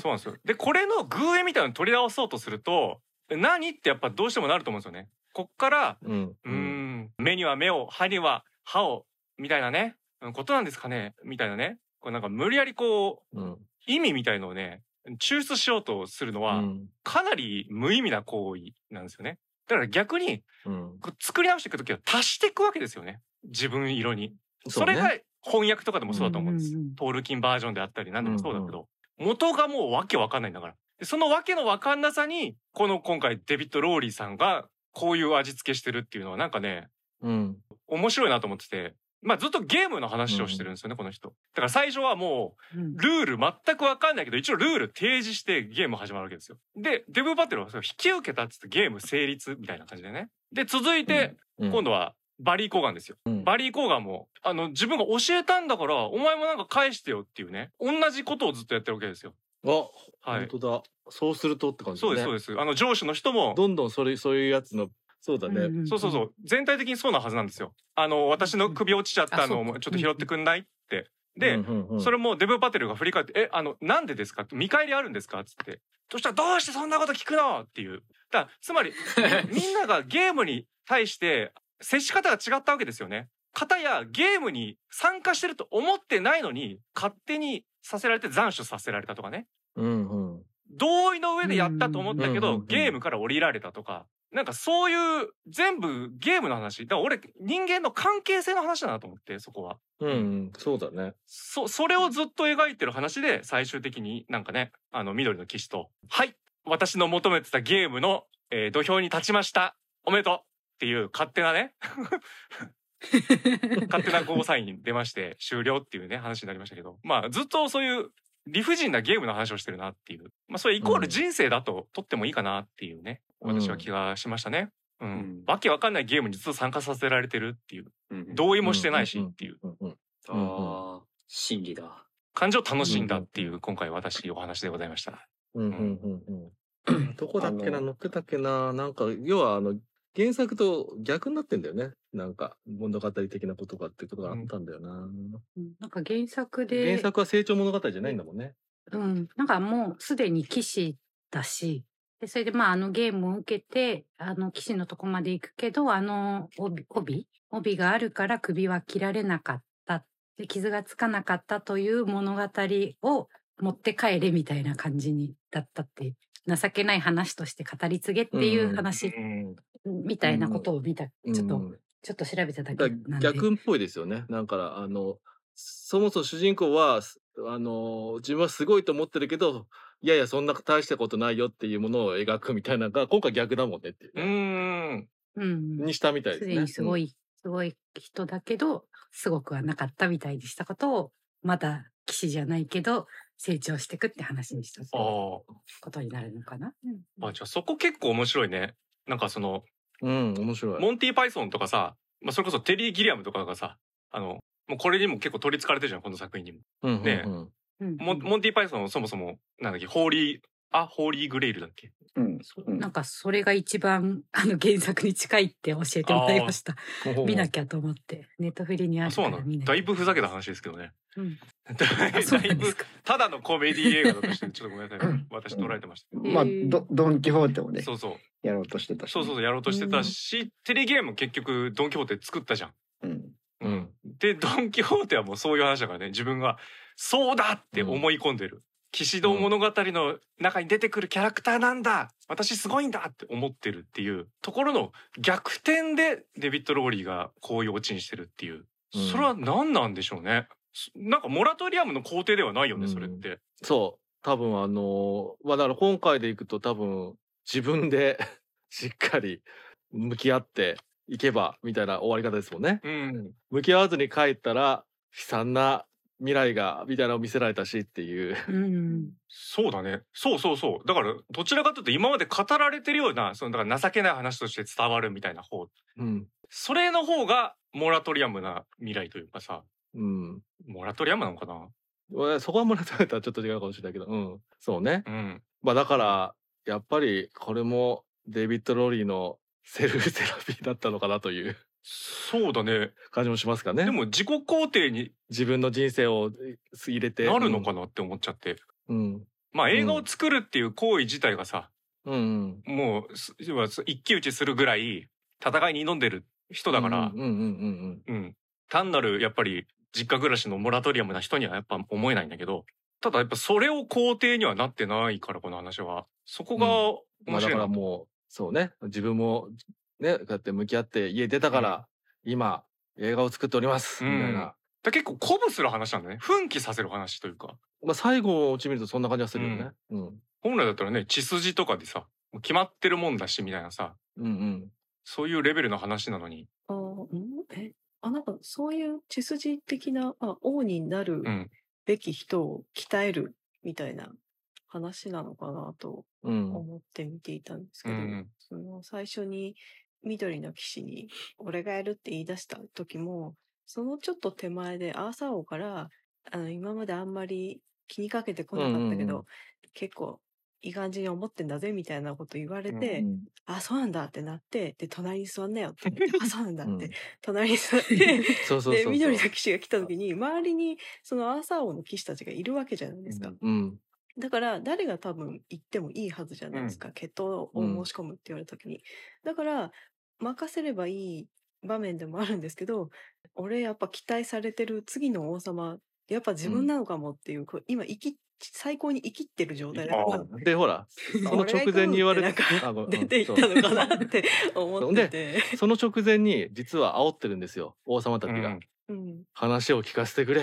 そうなんですよ。で、これの偶演みたいなの取り直そうとすると、何ってやっぱどうしてもなると思うんですよね。こっから、
うん。
うーん、目には目を、歯には歯を、みたいなね、うんことなんですかね、みたいなね。これなんか無理やりこう、
うん。
意味みたいのをね、抽出しようとするの
う
は、
ん。
かなり無意味な行為なんですよね。だから逆に
うん。
こう作り直していくときは足していくわけですよね。自分色に。それ
ね
が翻訳とかでもそうだと思うんです。
うんうんうん
トールキンバージョンであったり何でもそうだけど、元がもうわけわかんないんだから。でそのわけのわかんなさに、この今回デビッド・ローリーさんがこういう味付けしてるっていうのはなんかね、
うん。
面白いなと思ってて。まあずっとゲームの話をしてるんですよね、この人。だから最初はもう
うん
ルール全くわかんないけど、一応ルール提示してゲーム始まるわけですよ。で、デブバテルはそれを引き受けたっつってゲーム成立みたいな感じでね。で、続いて、
うん、
今度はバリー・コーガンですよ。
うん
バリー・コーガンも、あの、自分が教えたんだから、お前もなんか返してよっていうね、同じことをずっとやってるわけですよ。
あ、
はい。
本当だ。そうするとって感じ
そうです、そう
で
です。あの、上司の人も
す。、どんどんそれ、そういうやつのそうだね。
そうそうそう全体的にそうなはずなんですよ。あの私の首落ちちゃったの
あそう
を
か
ちょっと拾ってくんないって。で、
うんうんうん
それもデブパテルが振り返って「えあのなんでですか?」見返りあるんですか?」っつって「そしたらどうしてそんなこと聞くの?」っていうだからつまり みんながゲームに対して接し方が違ったわけですよね。方やゲームに参加してると思ってないのに勝手にさせられて斬首させられたとかね
うんうん。
同意の上でやったと思ったけ
うんうんう
ど
んうん
ゲームから降りられたとかなんかそういう全部ゲームの話だから俺人間の関係性の話だなと思ってそこは。
うんうん。そうだね。
そ、それをずっと描いてる話で、最終的になんかね、あの、緑の騎士と、はい私の求めてたゲームの、えー土俵に立ちましたおめでとうっていう勝手なね、勝手なゴーサインに出まして、終了っていうね、話になりましたけど、まあ、ずっとそういう理不尽なゲームの話をしてるなっていう、まあ、それイコール人生だと取ってもいいかなっていうね、私は気がしましたね。うん。
うん
わけわかんないゲームにずっと参加させられてるっていう、
うん
同意もしてないしっていう。
うんうん。
ああ、真理だ。
感情を楽しんだっていうう今回私お話でございました。
うんうんうんうん。どこだっけな、
あの
乗ってたっけな、なんか、要はあの、原作と逆になってんだよね。なんか、物語的なことがってことがあったんだよな。
なんか原作で
原作は成長物語じゃないんだもんね。
うん、なんかもうすでに騎士だし、でそれでまああのゲームを受けて、あの騎士のとこまで行くけど、あの帯、帯帯があるから首は切られなかった。で、傷がつかなかったという物語を持って帰れみたいな感じに、だったって、情けない話として語り継げっていう話みたいなことを見た。ちょっ
う
と
ん、
ちょっと調べただけ
だ
なんで。
逆っぽいですよね。だから、あの、そもそも主人公は、すあの、自分はすごいと思ってるけど、いやいや、そんな大したことないよっていうものを描くみたいなのが、今回逆だもんねっていう
う
ね、
ーん。
うん。
にしたみたいですす
で
ね。
にすご
い。
い、すごい人だけど、すごくはなかったみたいでしたことを、まだ騎士じゃないけど、成長していくって話にしたこ
あ
とになるのかな。
あ。あ、じゃあそこ結構面白いね。なんかその、
うん、面白い。
モンティ・パイソンとかさ、まあ、それこそテリー・ギリアムとかがさ、あの、もうこれにも結構取り憑かれてるじゃん、この作品にも。
うんうん
ね
う
う
ん
ん
モンモンティ・パイソンはそもそも、なんだっけ、ホーリー、あ、ホーリー・グレイルだっけ。
うん。
そうなんかそれが一番あの原作に近いって教えてもらいました。見なきゃと思って。ネットフリにあ
あ、
るか
そう
ら
な
見
の
な
だいぶふざけた話ですけどね。
うん
だい
あそう
だ
ないんです
ぶ、
か。
ただのコメディ映画だとして、ちょっとごめんなさ
う
い
ん。
私捉えてまし
まあ、
えー
ドドン・キホーテを
た。
ね、
そうそう。
やろうとしてたし、
そうそうそう、やろうとしてたし、テレーゲーム結局、ドン・キホーテ作ったじゃん。
うん。
うん。
で、ドン・キホーテはもうそういう話だからね、自分が、そうだって思い込んでる。騎士道物語の中に出てくるキャラクターなんだ私すごいんだって思ってるっていうところの逆転でデビッド・ローリーがこういうオチにしてるっていう。
うん
それは何なんでしょうね。そなんかモラトリアムの工程ではないよね、それって。
そう。多分あのーまあだから今回でいくと多分自分で しっかり向き合っていけばみたいな終わり方ですもんね。
うん。
向き合わずに帰ったら悲惨な未来がみたいなのを見せられたしっていう。
うん。
そうだね。そうそうそう。だから、どちらかというと今まで語られてるような、その、だから情けない話として伝わるみたいな方
うん。
それの方がモラトリアムな未来というかさ、
うん。
モラトリアムなのかな
俺そこはもらったらちょっと違うかもしれないけど、うん。そうね。
うん。
まあだから、やっぱりこれもデイビッド・ローリーのセルフセラピーだったのかなという
そうだね。
感じもしますかね。
でも自己肯定に
自分の人生を入れて。
なるのかなって思っちゃって。
うん。
まあ映画を作るっていう行為自体がさ、
うんうん。
もうす要はす一騎打ちするぐらい戦いに挑んでる人だから
うん、うんうん
うん、単なるやっぱり実家暮らしのモラトリアムな人にはやっぱ思えないんだけど、ただやっぱそれを肯定にはなってないからこの話は。そこが
うん。ま
面
あだ
白い
か
な
らもう、そうね、自分も、ね、こうやって向き合って家出たから、今、映画を作っております、
うん
みたいな。
だから結構鼓舞する話なんだね。奮起させる話というか。
まあ最後を落ち見るとそんな感じがするよね。うん。
本来だったらね血筋とかでさもう決まってるもんだしみたいなさ
うんうん。
そういうレベルの話なのに、
あーんえあなんかそういう血筋的な、あ、王になる
うん、
べき人を鍛えるみたいな話なのかなと
うん。
思って見ていたんですけど、
うんうん
その最初に緑の騎士に「俺がやる」って言い出した時もそのちょっと手前でアーサー王からあの今まであんまり気にかけてこなかったけど、
うんうんうん
結構いい感じに思ってんだぜみたいなこと言われて、
うん
あ、そうなんだってなって、で、隣に座んなよって 言って、あ、そうなんだって、
うん
隣に座って、
そうそうそう
で、
そう。
緑の騎士が来た時に、周りにそのアーサー王の騎士たちがいるわけじゃないですか。
うん。
だから、誰が多分行ってもいいはずじゃないですか。決闘を申し込むって言われた時に。だから、任せればいい場面でもあるんですけど、俺やっぱ期待されてる次の王様、やっぱ自分なのかもっていう、こう今生き、最高に生きってる状態だから、
あ
で、ほら、その直前に言われ
俺が行くのって
あごめん
出ていったのか なって思ってて。
その直前に実は煽ってるんですよ。王様たちが。
うん、
話を聞かせてくれ。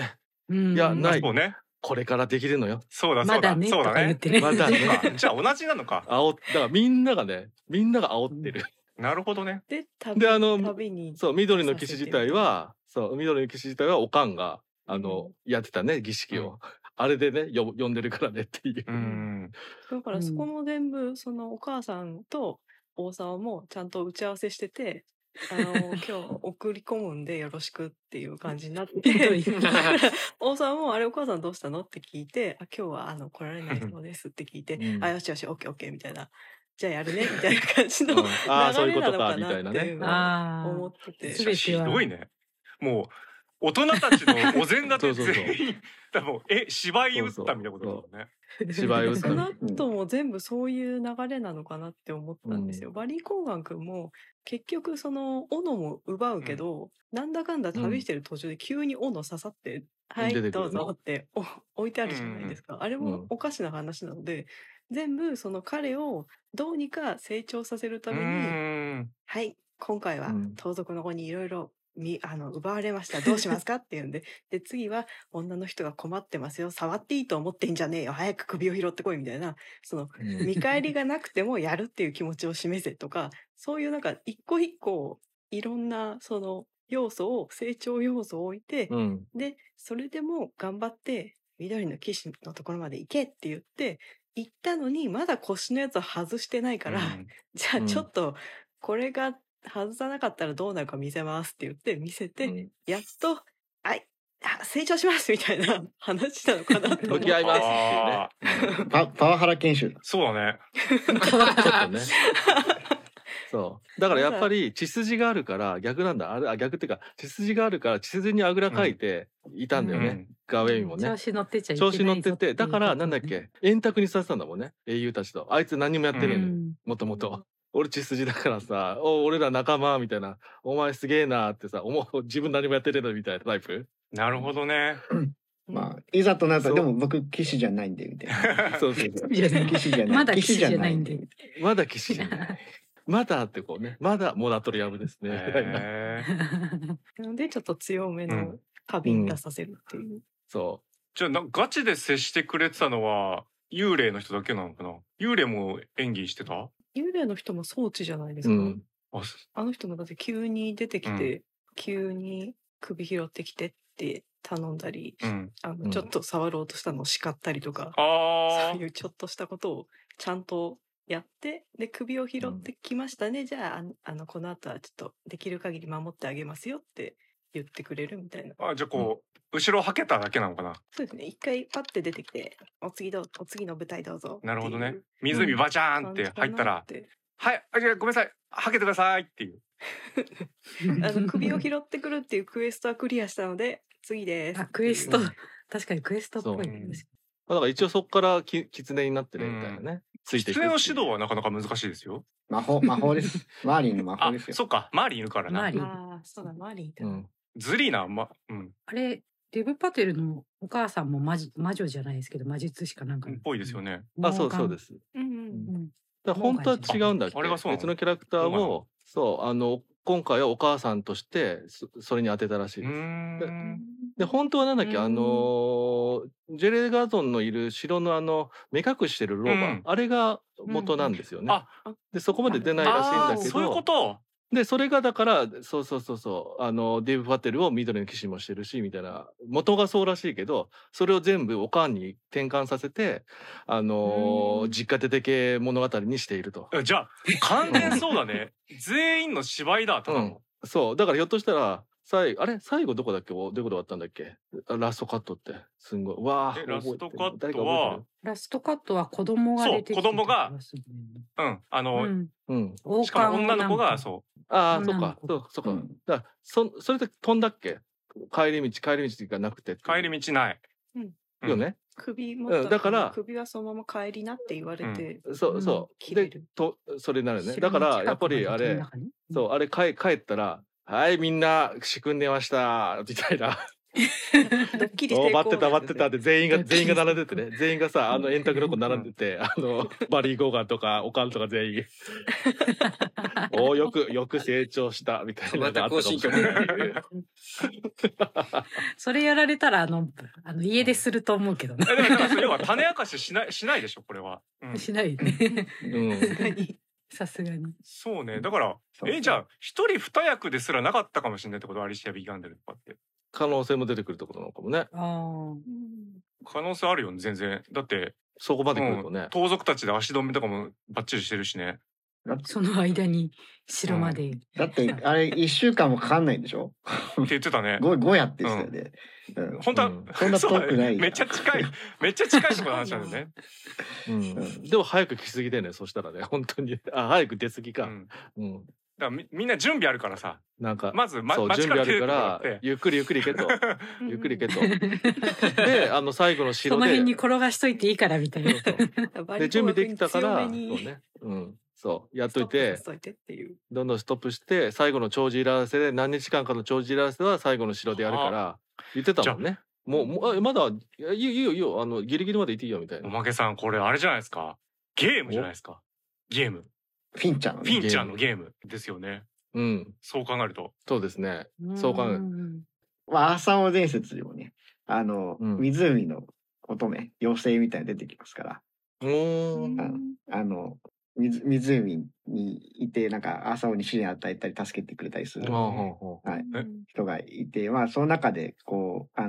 うん
いや
うん
な
あそうね。
これからできるのよ。
そうだそ
ま
うだ。
だね
そ
と
うだ
か言っ
ね。
てる。
まだね
あじゃあ同じなのか。
煽っだからみんながね、みんなが煽ってる。
なるほどね。
で、旅
であの
旅に
そう、緑の騎士自体は、そう、緑の騎士自体はおかんが、あの、やってたね、儀式を。あれでね、よ呼んでるからねっていう
う。ん。
だからそこも全部、そのお母さんと王様もちゃんと打ち合わせしてて、あの、 今日送り込むんでよろしくっていう感じになって
ひ どい
だから王様もあれお母さんどうしたのって聞いて、あ、今日はあの来ら れないそうですって聞いて、
うん
あ、よしよし、オッケーオッケーみたいな。じゃあやるねみたいな感じの
うんあーそう
流
いう
れ
こと
なの
か
か
みたい
な
な
っ
ね
ていうのを思
あ
ってて。
全ては
ひどいね。もう大人たちのお膳立て
そうそうそう
全員。だからもうえ芝居打ったみたいなことだもんね。
あ。
芝居を打つ
その後も全部そういう流れなのかなって思ったんですよ。バリー・コーガン君も結局その斧も奪うけど、なんだかんだ旅してる途中で急に斧刺さって、は
出
い、
てく
ど
る
う
ね
ぞってお 置いてあるじゃないですか。あれ
うん
もおかしな話なので、全部その彼をどうにか成長させるた
う
めに、
ーん。
はい、今回は
うん
盗賊の子にいろいろみあの奪われました。どうしますかって いうんで、で、次は女の人が困ってますよ。触っていいと思ってんじゃねえよ。早く首を拾ってこいみたいな、その、
うん
見返 りがなくてもやるっていう気持ちを示せとか、そういうなんか一個一個いろんなその要素を、成長要素を置いて、
うん。
で、それでも頑張って、緑の騎士のところまで行けって言って、行ったのにまだ腰のやつを外してないから、 じ
う
ゃあ
ん
ちょっと、これが外さなかったらどうなるか見せますって言って見せて、
うん
やっと、はい、あ成長しますみた いな話なのかなと思
向
って。
き合いますっていうね。
あー
パパワハラ研修だ。
そうだね。
ちょっとね。そう。だからやっぱり血筋があるから逆なんだ。あれあ逆っていうか血筋があるから血筋にあぐらかいていたんだよね。
うん
ガウェインもね
調。子乗ってちゃいけな
調
い
子乗ってて、だからなんだっけ、円卓にさせたんだもんね。英雄たちと。あいつ何もやってね
う
えのよ、
ん。
もともと。 俺血筋だからさ、お俺ら仲間みたいな、お前すげえなってさ、おも自分何もやってねえのみたいなタイプ。
なるほどね。
まあ、いざとなった
そう
ら、でも僕、騎士じゃないんで、みたい な。
そうそうそう。
いや
騎士じゃない。
まだ騎士じゃないんで
騎士じ
まだ騎士じゃない。まだってこ うね、まだモラトリアムですね。みたいな
へー
なので、ちょっと強め
う
の
ん
花瓶出させるっていう。
そ
じゃあなガチで接してくれてたのは幽霊の人だけなのかな。幽霊も演技してた？
幽霊の人も装置じゃないです
う。
か。
うん。
あす
あの人もだって急に出てきて、急に首拾ってきてって頼んだり、
うん。
あ
うん
の、ちょっと触ろうとしたのを叱ったりとか。
ああ
そう。いうちょっとしたことをちゃんとやって、で、首を拾ってきましたね。じゃあ、あのあの、この後はちょっとできる限り守ってあげますよって言ってくれるみたいな。
あじゃあこう、後ろはけただけなのかな。
そうですね。一回パッて出てきて、お次どう、お次の舞台どうぞ。
なるほど
っ
ね
ていう。
湖バチャーンっ
感じ
て
かな
入ったら
っ、て
はい、あじゃあごめんなさい、はけてくださいっていう。
あの、首を拾ってくるっていうクエストはクリアしたので、次です。
あ、クエスト。確かにクエストっぽい。
そううん
まあだから一応そこからき狐になってね、みたいなね。ついていく
狐の指導はなかなか難しいですよ。
魔法、魔法です。マーリンの魔法
あ
です、よ。
そっか、マーリンいるから
マ
な
ー。リン
ああ、そうだ、マーリンいた
う。ん。
ずりーな、ま、うん、
あれ、デブパテルのお母さんも魔女魔女じゃないですけど、魔術師かなんか。
っぽいですよ
ね。。
ね。
あ、そうそうですす。
うん
う
うん。
ん
だから本当は違うんだっけ
ああれがそうなの
別のキャラクターを、そう、あの、今回はお母さんとして、そそれに当てたらしいう
ー
です。
ん。
で、本当はなんだっけ、
うん
あのー、ジェレガードンのいる城のあの、目隠してるローバー、
うん
あれが元なんですよね。
あ
で、そこまで出ないらしいん
あ
だ
ー、
け
そういうこ
ど、
と。
で、それがだから、そうそうそうそう、あの、デーブ・パテルを緑の騎士もしてるし、みたいな、元がそうらしいけど、それを全部おかんに転換させて、あのー
うん
実家出てけ物語にしていると。
じゃあ、完全そうだね。全員の芝居だ、ただの。
そう、だからひょっとしたら、最後、あれ最後どこだっけおどこで終わったんだっけあラストカットって。すんごい。うわあ。
えラストカットは
覚えてる誰か覚えて
ラストカットは子供が出てきて
そう子供が
た気するんだよね
うん。あの、
うん、
るうん。
王
しかも
冠
女の子
なん
が、
か
そ
ああ、
女
そっ
の
か。
子
そうか、そうか。
うん
だからそ、それで飛んだっけ帰り道、帰り道がなくてって
う、帰
いう。
り道ない。道
よね。
首持った、
うんだから
首はそのまま帰りなって言われて、
そうう、
ん
そう。
切
で
れる、
と、それになるね。
城
だ
の
から、
近
やっぱりあ
く
れ
の、中に
そう、あれ、帰、帰ったら、はい、みんな、仕組んでました、みた いな。
ドッキリ 成
お
功
待ってた、待ってたって、全員が、全員が並んでてね。全員がさ、あの、
うん
円卓の子並んでて、あの、バリー・ゴーガンとか、オカンとか全員、 おーよく、よく成長した、みたいなの
ま
があ
た
ったかも
更
し
新
れ
曲
な い。
それやられたらあのあの家出すると思うけどね
え、でも、だからそう要は種明かししない、しないでしょ、これは。 うん
しないね
うん。
さすがに
そうね。だから、
そう
え、じゃあ、一人二役ですらなかったかもしれないってことアリシア・ビーガンデルとかって。
可能性も出てくるってことなのかもね。
あ
可能性あるよね、全然。だって、
そこまで来ると
う
ね
ん。盗賊たちで足止めとかもバッチリしてるしね。
だっ
あ
て
その間に城まで、
だってあれ1週間もかかんないんでしょ
って言ってたね。
5, 5やって言ってたよね、うん
本当は、
うん
そんな遠くない
そうめっちゃ近い、めっちゃ近いところの話なんだよね。
うん。でも早く来すぎだよね、そしたらね、本当に。あ、早く出すぎ
う
か。
ん、だか
うん。
らみみんな準備あるからさ、
なんか、
まず、ま、
そう、
街
準
か
備
ら
あ
出てくるか
るか
らっ
ら
て、。
ゆっくりゆっくり行け と。ゆっくり行けと。で、あの、最後の
そ
城
の辺に
で。
転がしといていいからみたいな
そうそうで、準備できたから、 そう
や
ね。うん。そう。やっ
っ
といて
ス、トップさせといてっていう。
どんどんストップして、最後の長寿いらせで、何日間かの長寿いらせは最後の城でやるから、言ってたもんね。もう、もう、あまだ、いやいいよいいよいいよ、あの、ギリギリまで行っていいよ、みたい
お
な。
まけさん、これあれじゃないですか。ゲームじゃないですか。ゲーム。
フィンちゃんの
フ
ね
ィンちゃんのゲームですよね。
うん。
そう考えると。
そうですね。そう考える
ん
まあ、アーサー王伝説にもね、あの、
うん
湖の乙女、妖精みたいなの出てきますから、
おー。
あの、水湖にいて、なんか、アーサー王に試練与えたり、助けてくれたりする
ああほうほう
はい
え
人がいて、まあ、その中で、こう、あ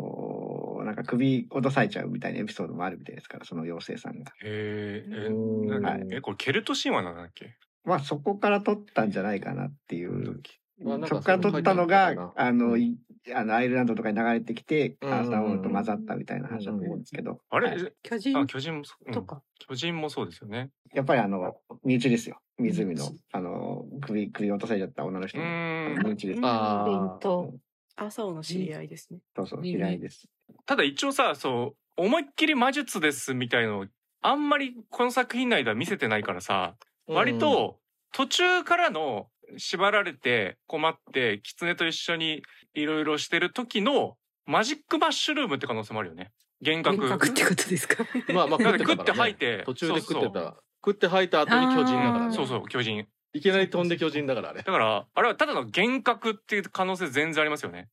のーなんか首落とされちゃうみたいなエピソードもあるみたいですから、その妖精さんが。
へーえ
うーん
なんかえ、これケルト神話なんだっけ
まあ、そこから取ったんじゃないかなっていう。
まあなんか
そこから取ったの
そういうの書
が
い、てある
あ
のかな
の、いあのアイルランドとかに流れてきて、
うん
アーサー王と混ざったみたいな話だと思うんですけど。
あれ、
はい
巨人
あ、巨人もそう、うん
とか、
巨人もそうですよね。
やっぱりあの、身内ですよ。湖の
身、
あの、首、首落とされちゃった女の
う
人の
ーん。
身内です。
あー
凛と
朝尾の知り合いですね。
そうそう、
ね
嫌いです。
ただ一応さ、そう、思いっきり魔術ですみたいのを、あんまりこの作品内では見せてないからさ、割、と途中からの縛られて困って狐と一緒にいろいろしてる時のマジックマッシュルームって可能性もあるよね幻覚
幻覚ってことですか
うんまあまあ
だ
食
っ食
っててた
っ
か
て
ら
吐い
ね。
て
途中で食って
そう
た。食って吐いた後に巨人だから
あー
ね。
そうそうそうそう巨人
いきなり飛んで巨人だからね。
だからあれはただの幻覚っていう可能性全然ありますよね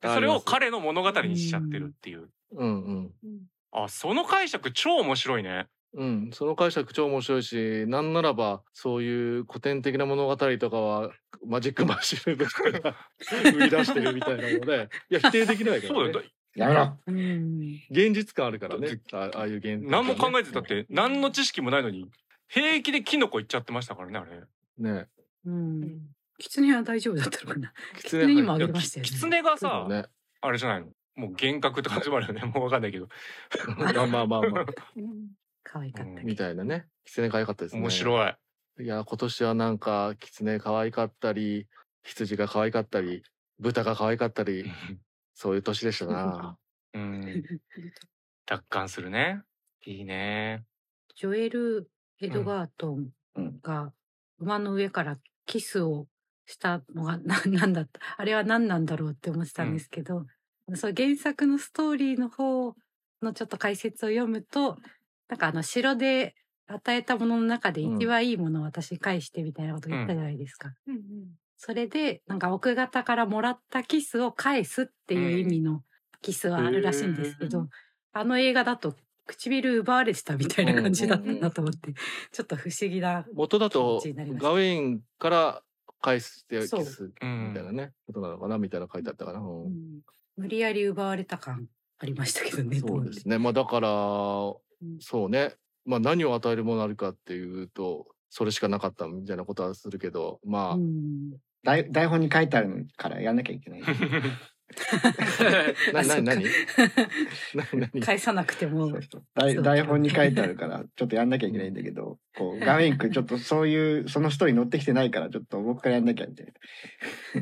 でそれを彼の物語にしちゃってるっていう
うんうん。
あその解釈超面白いね
うん、その解釈超面白いし、なんならば、そういう古典的な物語とかは、マジックマッシュルーム から生み出してるみたいなので、いや、否定できないか
そう
ら
だ
ね
よ。
やめろ
うん
現実感あるからね。あああいう現実、
何も考えてたっ。て何の知識もないのに平気でキノコいっちゃってましたからねあれ
ね。
うん狐は大丈夫だったのかな狐にもあげましたよね
狐が
そ
さ
うね。
あれじゃないのもう幻覚って始まるよね。もうわかんないけど。
まあまあまあまあ、
可愛かったけ
みたいなね。狐可愛かったですね。
面 白い。
いや、今年はなんか、狐可愛かったり、羊が可愛かったり、豚が可愛かったり、そういう年でしたな。
うん。達観するね。いい ね。
ジョエル・エドガートンが馬の上からキスをしたのが ななんだったあれは何なんだろうって思ってたんですけど、そう原作のストーリーの方のちょっと解説を読むとなんかあの城で与えたものの中で一番いいものを私返してみたいなこと言ったじゃないですか。それでなんか奥方からもらったキスを返すっていう意味のキスはあるらしいんですけど、
うん
あの映画だと唇奪われてたみたいな感じだった
うん
なと思って、ちょっと不思議な。
元だと
気持ちになりま、した
ガウェインから返してキス
そう
み
うん
たいなね、ことなのかなみたいな書いてあったかな。うん
うん無理やり奪われた感ありましたけどね。
そうですね。まあだから、
ん
そうね。まあ何を与えるものあるかっていうと、それしかなかったみたいなことはするけど、まあ、
と思って。うん
台台本に書いてあるからやんなきゃいけな い。
な
あそっ
な
か
何 何何
返さなくても
そうそう台
そう
台本に書いてあるからちょっとやんなきゃいけないんだけど、こう画面くんちょっとそういうそのストーリー乗ってきてないからちょっと僕からやんなきゃみたいな。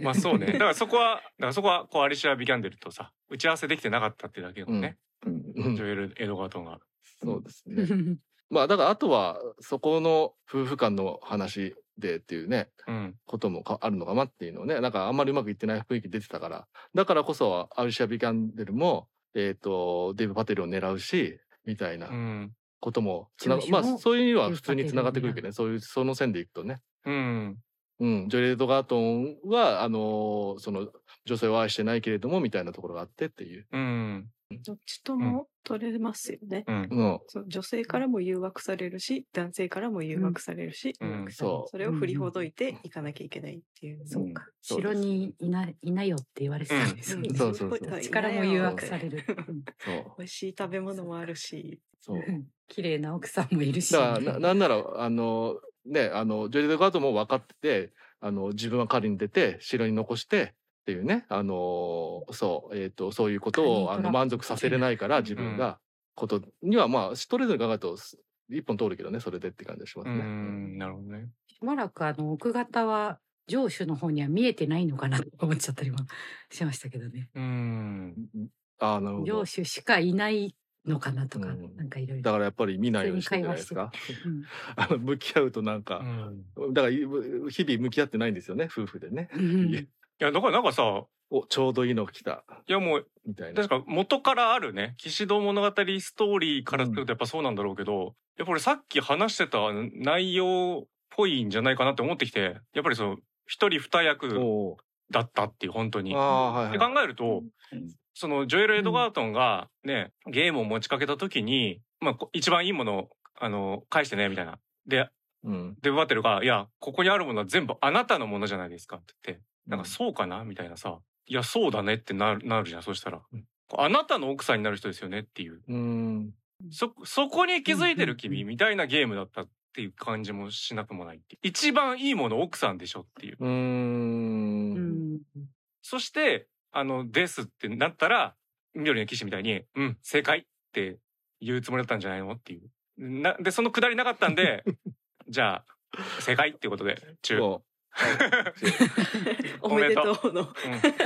まあ そうね。だからそこは、だからそこは、こう、アリシア・ビキャンデルとさ、打ち合わせできてなかったってだけだもんね。
うん
うん
ジョエル・エドガートンが。
そうですね。まあだからあとはそこの夫婦間の話でっていうね
うん。
こともかあるのかなっていうのをねなんかあんまりうまくいってない雰囲気出てたからだからこそアルシア・ビキャンデルも、えー、とデーブ・パテルを狙うしみたいな
うん。
こともつなが、
上司
ま
も
あそういう意味は普通につながってくるけどねそういうその線でいくとね。
うん。
うん、ジョレード・ガートンはあのーその女性を愛してないけれどもみたいなところがあってっていう、
うん。
どっちとも取れますよね。
うん。
うん、
そう女性からも誘惑されるし、男性からも誘惑されるし、
うんうん
そう
それを振りほどいていかなきゃいけないってい う。
そうか城にいないなよって言われてたんですよね
うんそうそうそう
こっちからも誘惑される
そう
美味しい食べ物もあるし、
そう
う。ん綺麗な奥さんもいるし
だからななんならあのねあのジョリー・ド・ガートンも分かっててあの自分は狩りに出て城に残してっていうねあのそう,、えー、とそういうことを
カ
あ
ニトラ
の満足させれないから自分がことにはまあストレートに考えると一本通るけどねそれでって感じがします
う
ね。
ん。なるほどね。
しばらくあの奥方は城主の方には見えてないのかなと思っちゃったりもしましたけどね
うん。
あーなるほど
城主しかいないのかなとか、
うん
なんかいろい
だ
ろ。
からやっぱり見ないようにしてるじゃないですか。
うん
あの向き合うとなん
う
か、
ん。
だからい日々向き合ってないんですよね夫婦でね。
うん
いや、だからなんかさ、
おちょうどいいの来た
いやもう、
みたいな
確。か元からあるね、騎士道物語ストーリーからするとやっぱそうなんだろうけど、やっぱりさっき話してた内容っぽいんじゃないかなって思ってきて、やっぱりその、一人二役
お
だったっていう、本当に。
ーあーは
で
い
考
はい。
えると、そのジョエル・エドガートンがね、ゲームを持ちかけた時に、まあ、こ一番いいものを、あの、返してね、みたいな。で、
うん
デブバテルが、いや、ここにあるものは全部あなたのものじゃないですかって言って、なんかそうかなみたいなさ、いや、そうだねってなるなるじゃん、そしたら。あなたの奥さんになる人ですよねっていう。
うん
そ、そこに気づいてる
うんうん
君みたいなゲームだったっていう感じもしなくもないっていう。一番いいもの奥さんでしょっていう。
うー。
うんん
そして、あの、ですってなったら、緑の騎士みたいに、うん、正解って言うつもりだったんじゃないのっていう。な、で、そのくだりなかったんで、じゃあ、正解っていうことで、中。
そ
おめでとうの。
う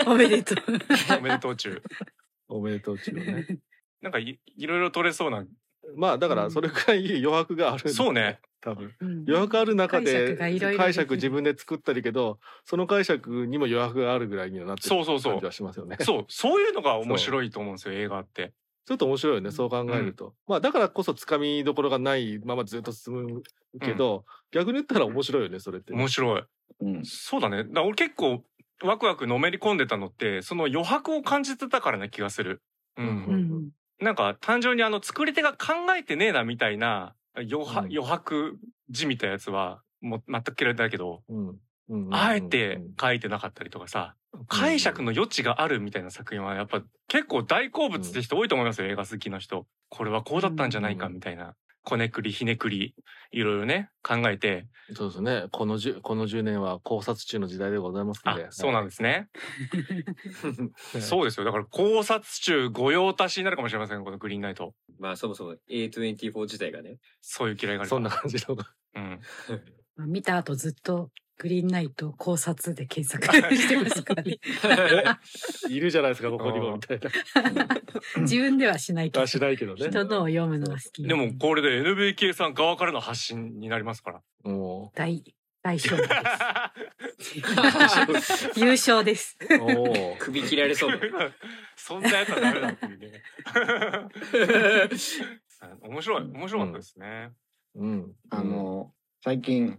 おめでとう。
ん、おめでとう中。
うおめでとう中のね。
なんかいいろいろ取れそうな。
まあだからそれくらい余白があるんだよ
そう ね。
多分
うん
余白ある中
解
で
釈がいろいろ
解釈自分で作ったりけどその解釈にも余白があるぐらいにはなってる
そうそうそう
感じはしますよね。
そう、そういうのが面白いと思うんですよ、映画って。
ちょっと面白いよねそう考えると。まあだからこそつかみどころがないままずっと進むけど、逆に言ったら面白いよねそれってね、
面白い。
うん
そうだね。だから俺結構、ワクワクのめり込んでたのって、その余白を感じてたからな気がする。うん。
うん
うん
なんか、単純にあの、作り手が考えてねえな、みたいな、余白、
うん
余白字みたいなやつは、もう全く嫌いだけど、
うんうん
あえて書いてなかったりとかさ、解釈の余地があるみたいな作品はやっぱ結構大好物って人多いと思いますよ、映画好きの人。これはこうだったんじゃないかみたいな。こねくりひねくり、いろいろね、考えて、
そうですねこの10この10年は考察中の時代でございますの
あ
で、
そうなんですね。
ね
そうですよ。だから考察中御用達になるかもしれません、このグリーンナイト。
まあそもそも A24 自体 がね、
そういう嫌いがある
そ
から
んな感じの
うん。
まあ見た後ずっとグリーンナイト考察で検索してますからね。
いるじゃないですかここにもみたいな
自分ではしないけど
はしないけどね。
人のを読むのが好き。
でも、これで NBK さん側からの発信になりますから。
も
大大勝負で
う
す。優勝です。
おー
首切られ そうだ。
そんなやつはダメだっていうね。面白い、面白かったですね。
うん。
あの最近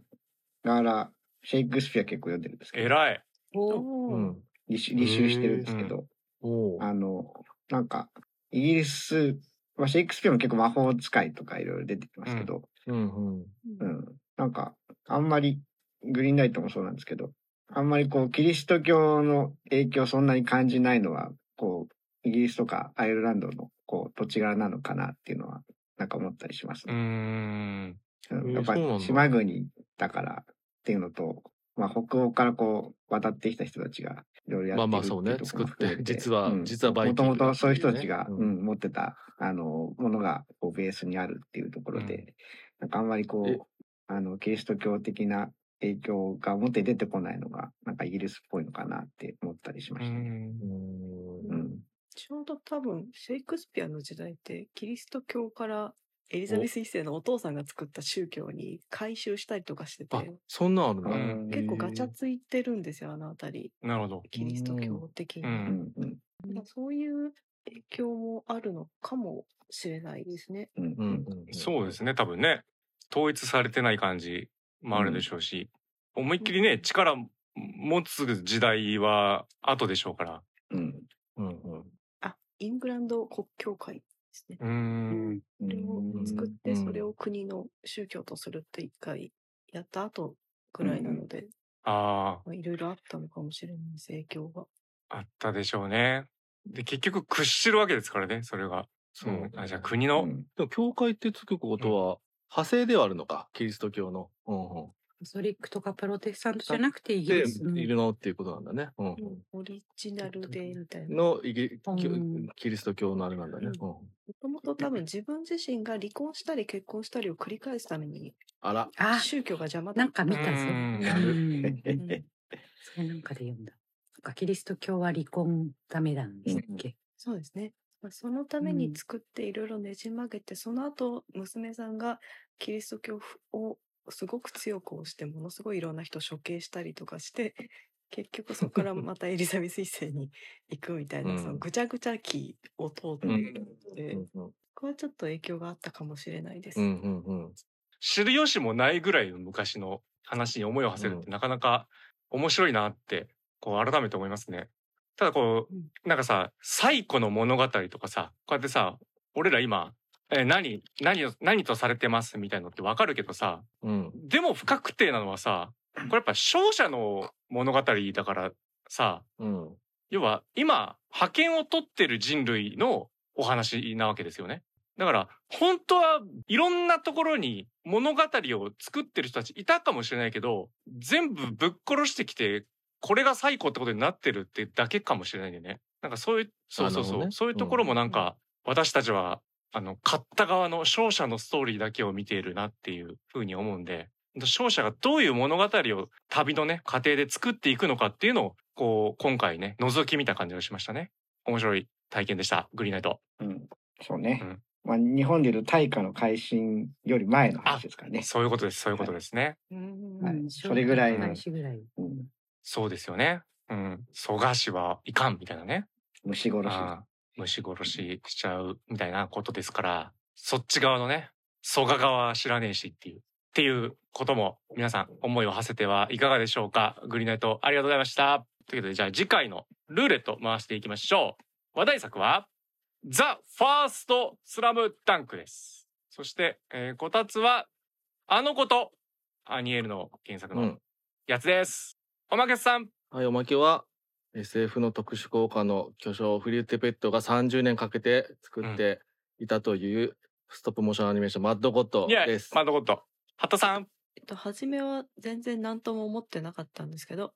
だからシェイクスピア結構読んでるんですけど
偉い。
お
う
おー
ん。
履修履修してるんですけど、
おー
あのなんかイギリス、まあ、シェイクスピアも結構魔法使いとかいろいろ出てきますけど、
うん
うん、なんか、あんまり、グリーンライトもそうなんですけど、あんまりこう、キリスト教の影響をそんなに感じないのは、こう、イギリスとかアイルランドの、こう、土地柄なのかなっていうのは、なんか思ったりします
うー
ね。
ん。
うん
えー
やっぱ
そうなん
り
だ
島国だからっていうのと、まあ、北欧からこう渡ってきた人たちがいろいろやって
まあ
る
まあそうね
いうところも含め
作って実は実はバイキン
も
グ
と
だったっていうね
もとそういう人たちが、
う
うんん持ってたあのものがこうベースにあるっていうところで、
うん
なんかあんまりこ
え
うあのキリスト教的な影響が表に出てこないのがなんかイギリスっぽいのかなって思ったりしましたね。
うん
うん
ちょうど多分、シェイクスピアの時代って、キリスト教からエリザベス一世のお父さんが作った宗教に改宗したりとかして
あ
て、
そんなんあるの、
うん
結構ガチャついてるんですよ、あのあたり。
なるほど。
キリスト教的に。
うん
うんうん
まあそういう影響もあるのかもしれないですね。
うん
う
うんん
うん
そうですね、多分ね。統一されてない感じもあるでしょうし、思いっきりね、力持つ時代は後でしょうから。
うん
うんうん
あ、イングランド国教会ですね。
うーん。
それを作っ
う
て、
ん
それを国の宗教とするって一回やった後くらいなので、
あ
まあいろいろあったのかもしれないです、影響が。
あ、あったでしょうね。で、結局屈してるわけですからね、それが。そうの、
ん
あじゃあ国
う
の、
ん
でも教会ってつくことは、派生ではあるのかキリスト教の。うんうん、
カトリックとかプロテスタントじゃなくてイギ
で
リスの
いるのっていうことなんだね。うん
うんオリジナルでみたいな。も
のイギリキ
うん
キリスト教のあれなんだね。うん
ともと多分自分自身が離婚したり結婚したりを繰り返すために
あら、
あ、
宗教が邪魔だ
な
っ
んか
た
見
う
たぞ。
ん
う
やる
ん
う
え
ん
それなんかで読んだ。なんかキリスト教は離婚ダメなんでしたっけ、
そうですね。まあ、そのため
う
に
ん
作っていろいろねじ曲げて、その後娘さんがキリスト教をすごく強く押して、ものすごいいろんな人を処刑したりとかして、結局そこからまたエリザベス一世に行くみたい
う
な、
ん
そのぐちゃぐちゃ期を通って
うん
いるので、
うんうん
これはちょっと影響があったかもしれないです。
うんうんうん、
知る由もないぐらいの昔の話に思いを馳せるっ
う
てなかなか面白いなって、こう改めて思いますね。ただこ
うん
う、なんかさ、最古の物語とかさ、こうやってさ、俺ら今、えー何、何を、何とされてますみたいのってわかるけどさ、
うん
でも不確定なのはさ、これやっぱ勝者の物語だからさ、
うん
要は今、覇権を取ってる人類のお話なわけですよね。だから、本当はいろんなところに物語を作ってる人たちいたかもしれないけど、全部ぶっ殺してきて、これが最高ってことになってるってだけかもしれないんだよね。なんかそういう、そうそう
なる
そ
ほ
う、
どね
そういうところもなんか、私たちは、あの、買った側の勝者のストーリーだけを見ているなっていうふうに思うんで、勝者がどういう物語を旅のね、過程で作っていくのかっていうのを、こう、今回ね、覗き見た感じがしましたね。面白い体験でした。グリーンナイト。
うんそうね、
うん
まあ、日本でいうと大化の改新より前の話ですからね。
そういうことです。そういうことですね。
うん
はい
うん
それぐらいの
昭和開始ぐらい。
うん
そうですよね。うん。蘇我氏はいかんみたいなね。
虫殺し
ああ虫殺ししちゃうみたいなことですから、そっち側のね、蘇我側は知らねえしっていう、っていうことも皆さん思いを馳せてはいかがでしょうか。グリーンナイトありがとうございました。ということで、じゃあ次回のルーレット回していきましょう。話題作は、ザ・ファースト・スラム・ダンクです。そして、えーこたつは、あのこと、アニエルの原作
う
の
ん
やつです。おまけさん、
はい、おまけは SF の特殊効果の巨匠フリューテペットが30年かけて作っていたというストップモーションアニメーション、マッドゴッド
いや
です。、
マンドコット。ハットさん、
えっと、初めは全然何とも思ってなかったんですけど、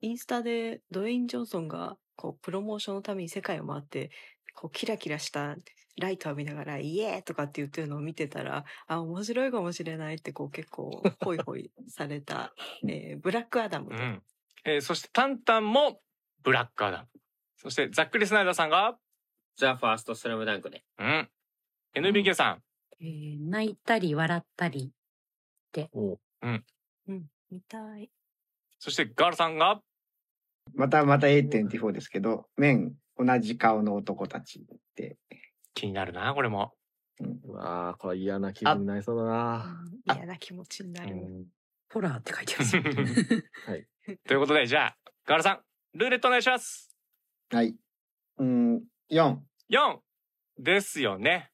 インスタでドウェイン・ジョンソンが、こう、プロモーションのために世界を回って、こう、キラキラしたライトを浴びながら、イエーとかって言ってるのを見てたら、あ、面白いかもしれないって、こう、結構、ホイホイされた、えーブラックアダム
う
と、
んえーそしてタンタンもブラッカーだ。そしてザックリ・スナイダーさんが、
ザ・ファースト・スラムダンクね。
うん、NBK さ
えー泣いたり笑ったり。
おう
見たい。
ん、そしてガールさんが、
またまた8.4ですけど、面同じ顔の男たちって、
気になるな、これも。
うん
うわあ、これ嫌な気分になりそうだな。
あ
嫌な気持ちにな
う
る。
ん
ホラーって書いてますよ。
はい。
ということで、じゃあ、ガールさん、ルーレットお願いします。
はい。うん、4。
4ですよね。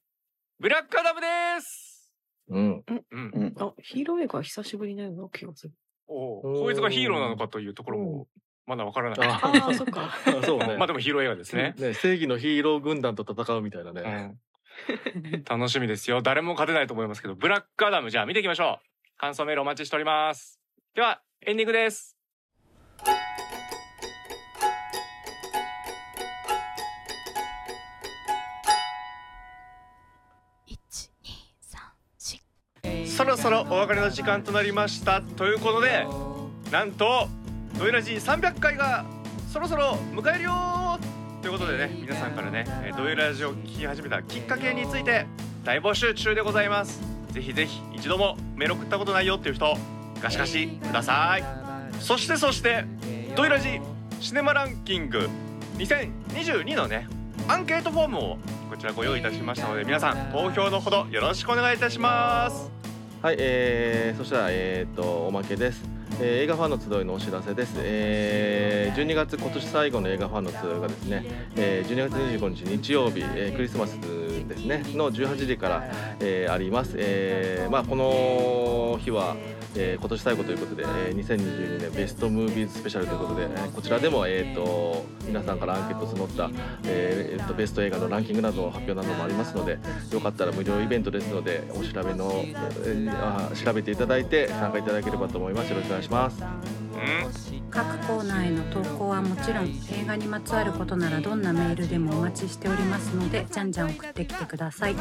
ブラックアダムです。
うん。
うん
う。ん。
あ、ヒーロー映画は久しぶりのような気がする。
お
お
お、
ー
こいつがヒーローなのかというところも、まだわからない。
ああ、そっ か。
あそう ね。
まあでもヒーロー映画ですね。
ね、正義のヒーロー軍団と戦うみたいなね。
うん楽しみですよ誰も勝てないと思いますけどブラックアダムじゃあ見ていきましょう感想メールお待ちしておりますではエンディングですそろお別れの時間となりましたということでなんと「ドイラジ300回がそろそろ迎えるよということでね皆さんからねえードイラジを聞き始めたきっかけについて大募集中でございますぜひぜひ一度もメール送ったことないよっていう人ガシガシくださいそしてそしてドイラジシネマランキング2022のねアンケートフォームをこちらご用意いたしましたので皆さん投票のほどよろしくお願いいたします
はい、えー、そしたら、えー、とおまけです、えー映画ファンの集いのお知らせです、えー12月今年最後の映画ファンの集いがですね、えー12月25日日曜日、えークリスマスですねの18時から、えーあります、えーまあ、この日は、えー今年最後ということで、えー2022年ベストムービーズスペシャルということで、えーこちらでも、えー、と皆さんからアンケート募った、えーえーとベスト映画のランキングなどの発表などもありますのでよかったら無料イベントですのでお調べの、えーあ調べていただいて参加いただければと思いますよろしくお願いします
うん
各コーナーへの投稿はもちろん映画にまつわることならどんなメールでもお待ちしておりますのでじゃんじゃん送ってきてください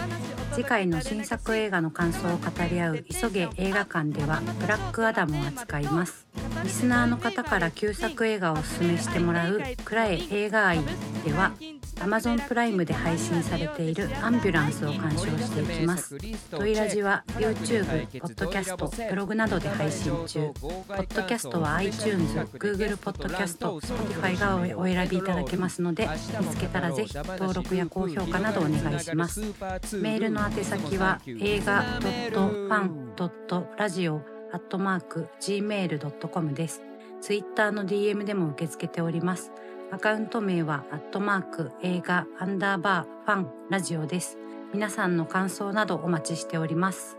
次回の新作映画の感想を語り合う「急げ映画館」では「ブラックアダム」を扱いますリスナーの方から旧作映画をおすすめしてもらう「クラエ映画愛」では Amazon プライムで配信されている「アンビュランス」を鑑賞していきますトイラジは YouTube、Podcast、ブログなどで配信中ポッドキャストは iTunes、Google ポッドキャスト、Spotify がお選びいただけますので、見つけたらぜひ登録や高評価などお願いします。メールの宛先は映画 .fan.radio.gmail.com です。Twitter の DM でも受け付けております。アカウント名は、アットマーク、映画、アンダーバー、ファン、ラジオです。皆さんの感想などお待ちしております。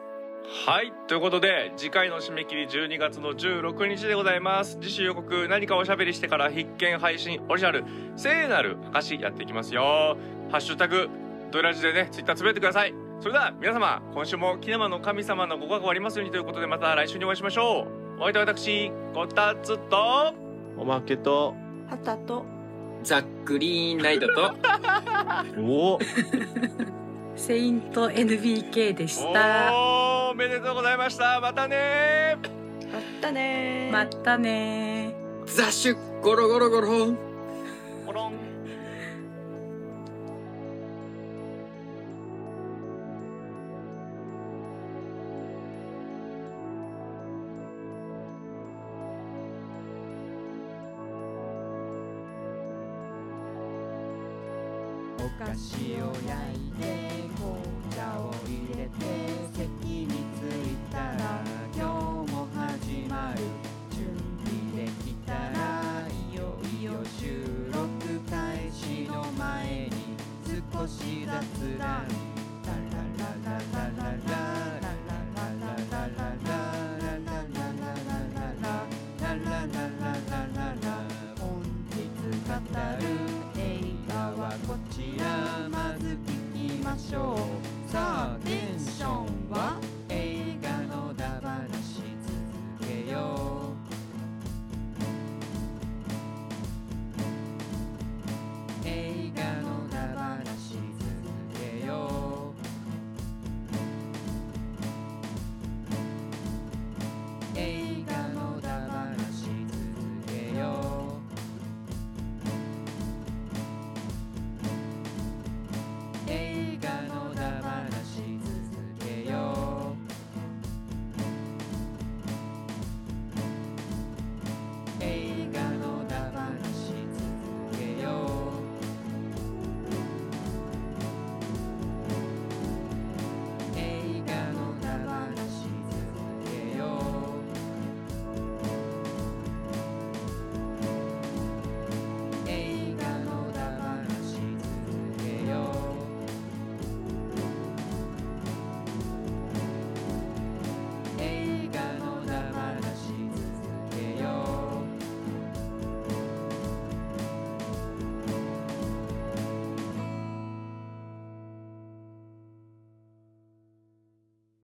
はいということで次回の締め切り12月の16日でございます次週予告何かおしゃべりしてから必見配信オリジナル聖なる証やっていきますよハッシュタグドイラジでねツイッターつぶやいてくださいそれでは皆様今週もキネマの神様のご加護ありますようにということでまた来週にお会いしましょうお相手は私こたつと
おまけと
旗と
ザックリーンライトと、
おお
セイント NBK でした。
おーおめでとうございましたまたねー
まったねー
またねー。
ザシュッゴロゴロゴロン。
ポロン
お菓子を焼いて紅茶を入れて席に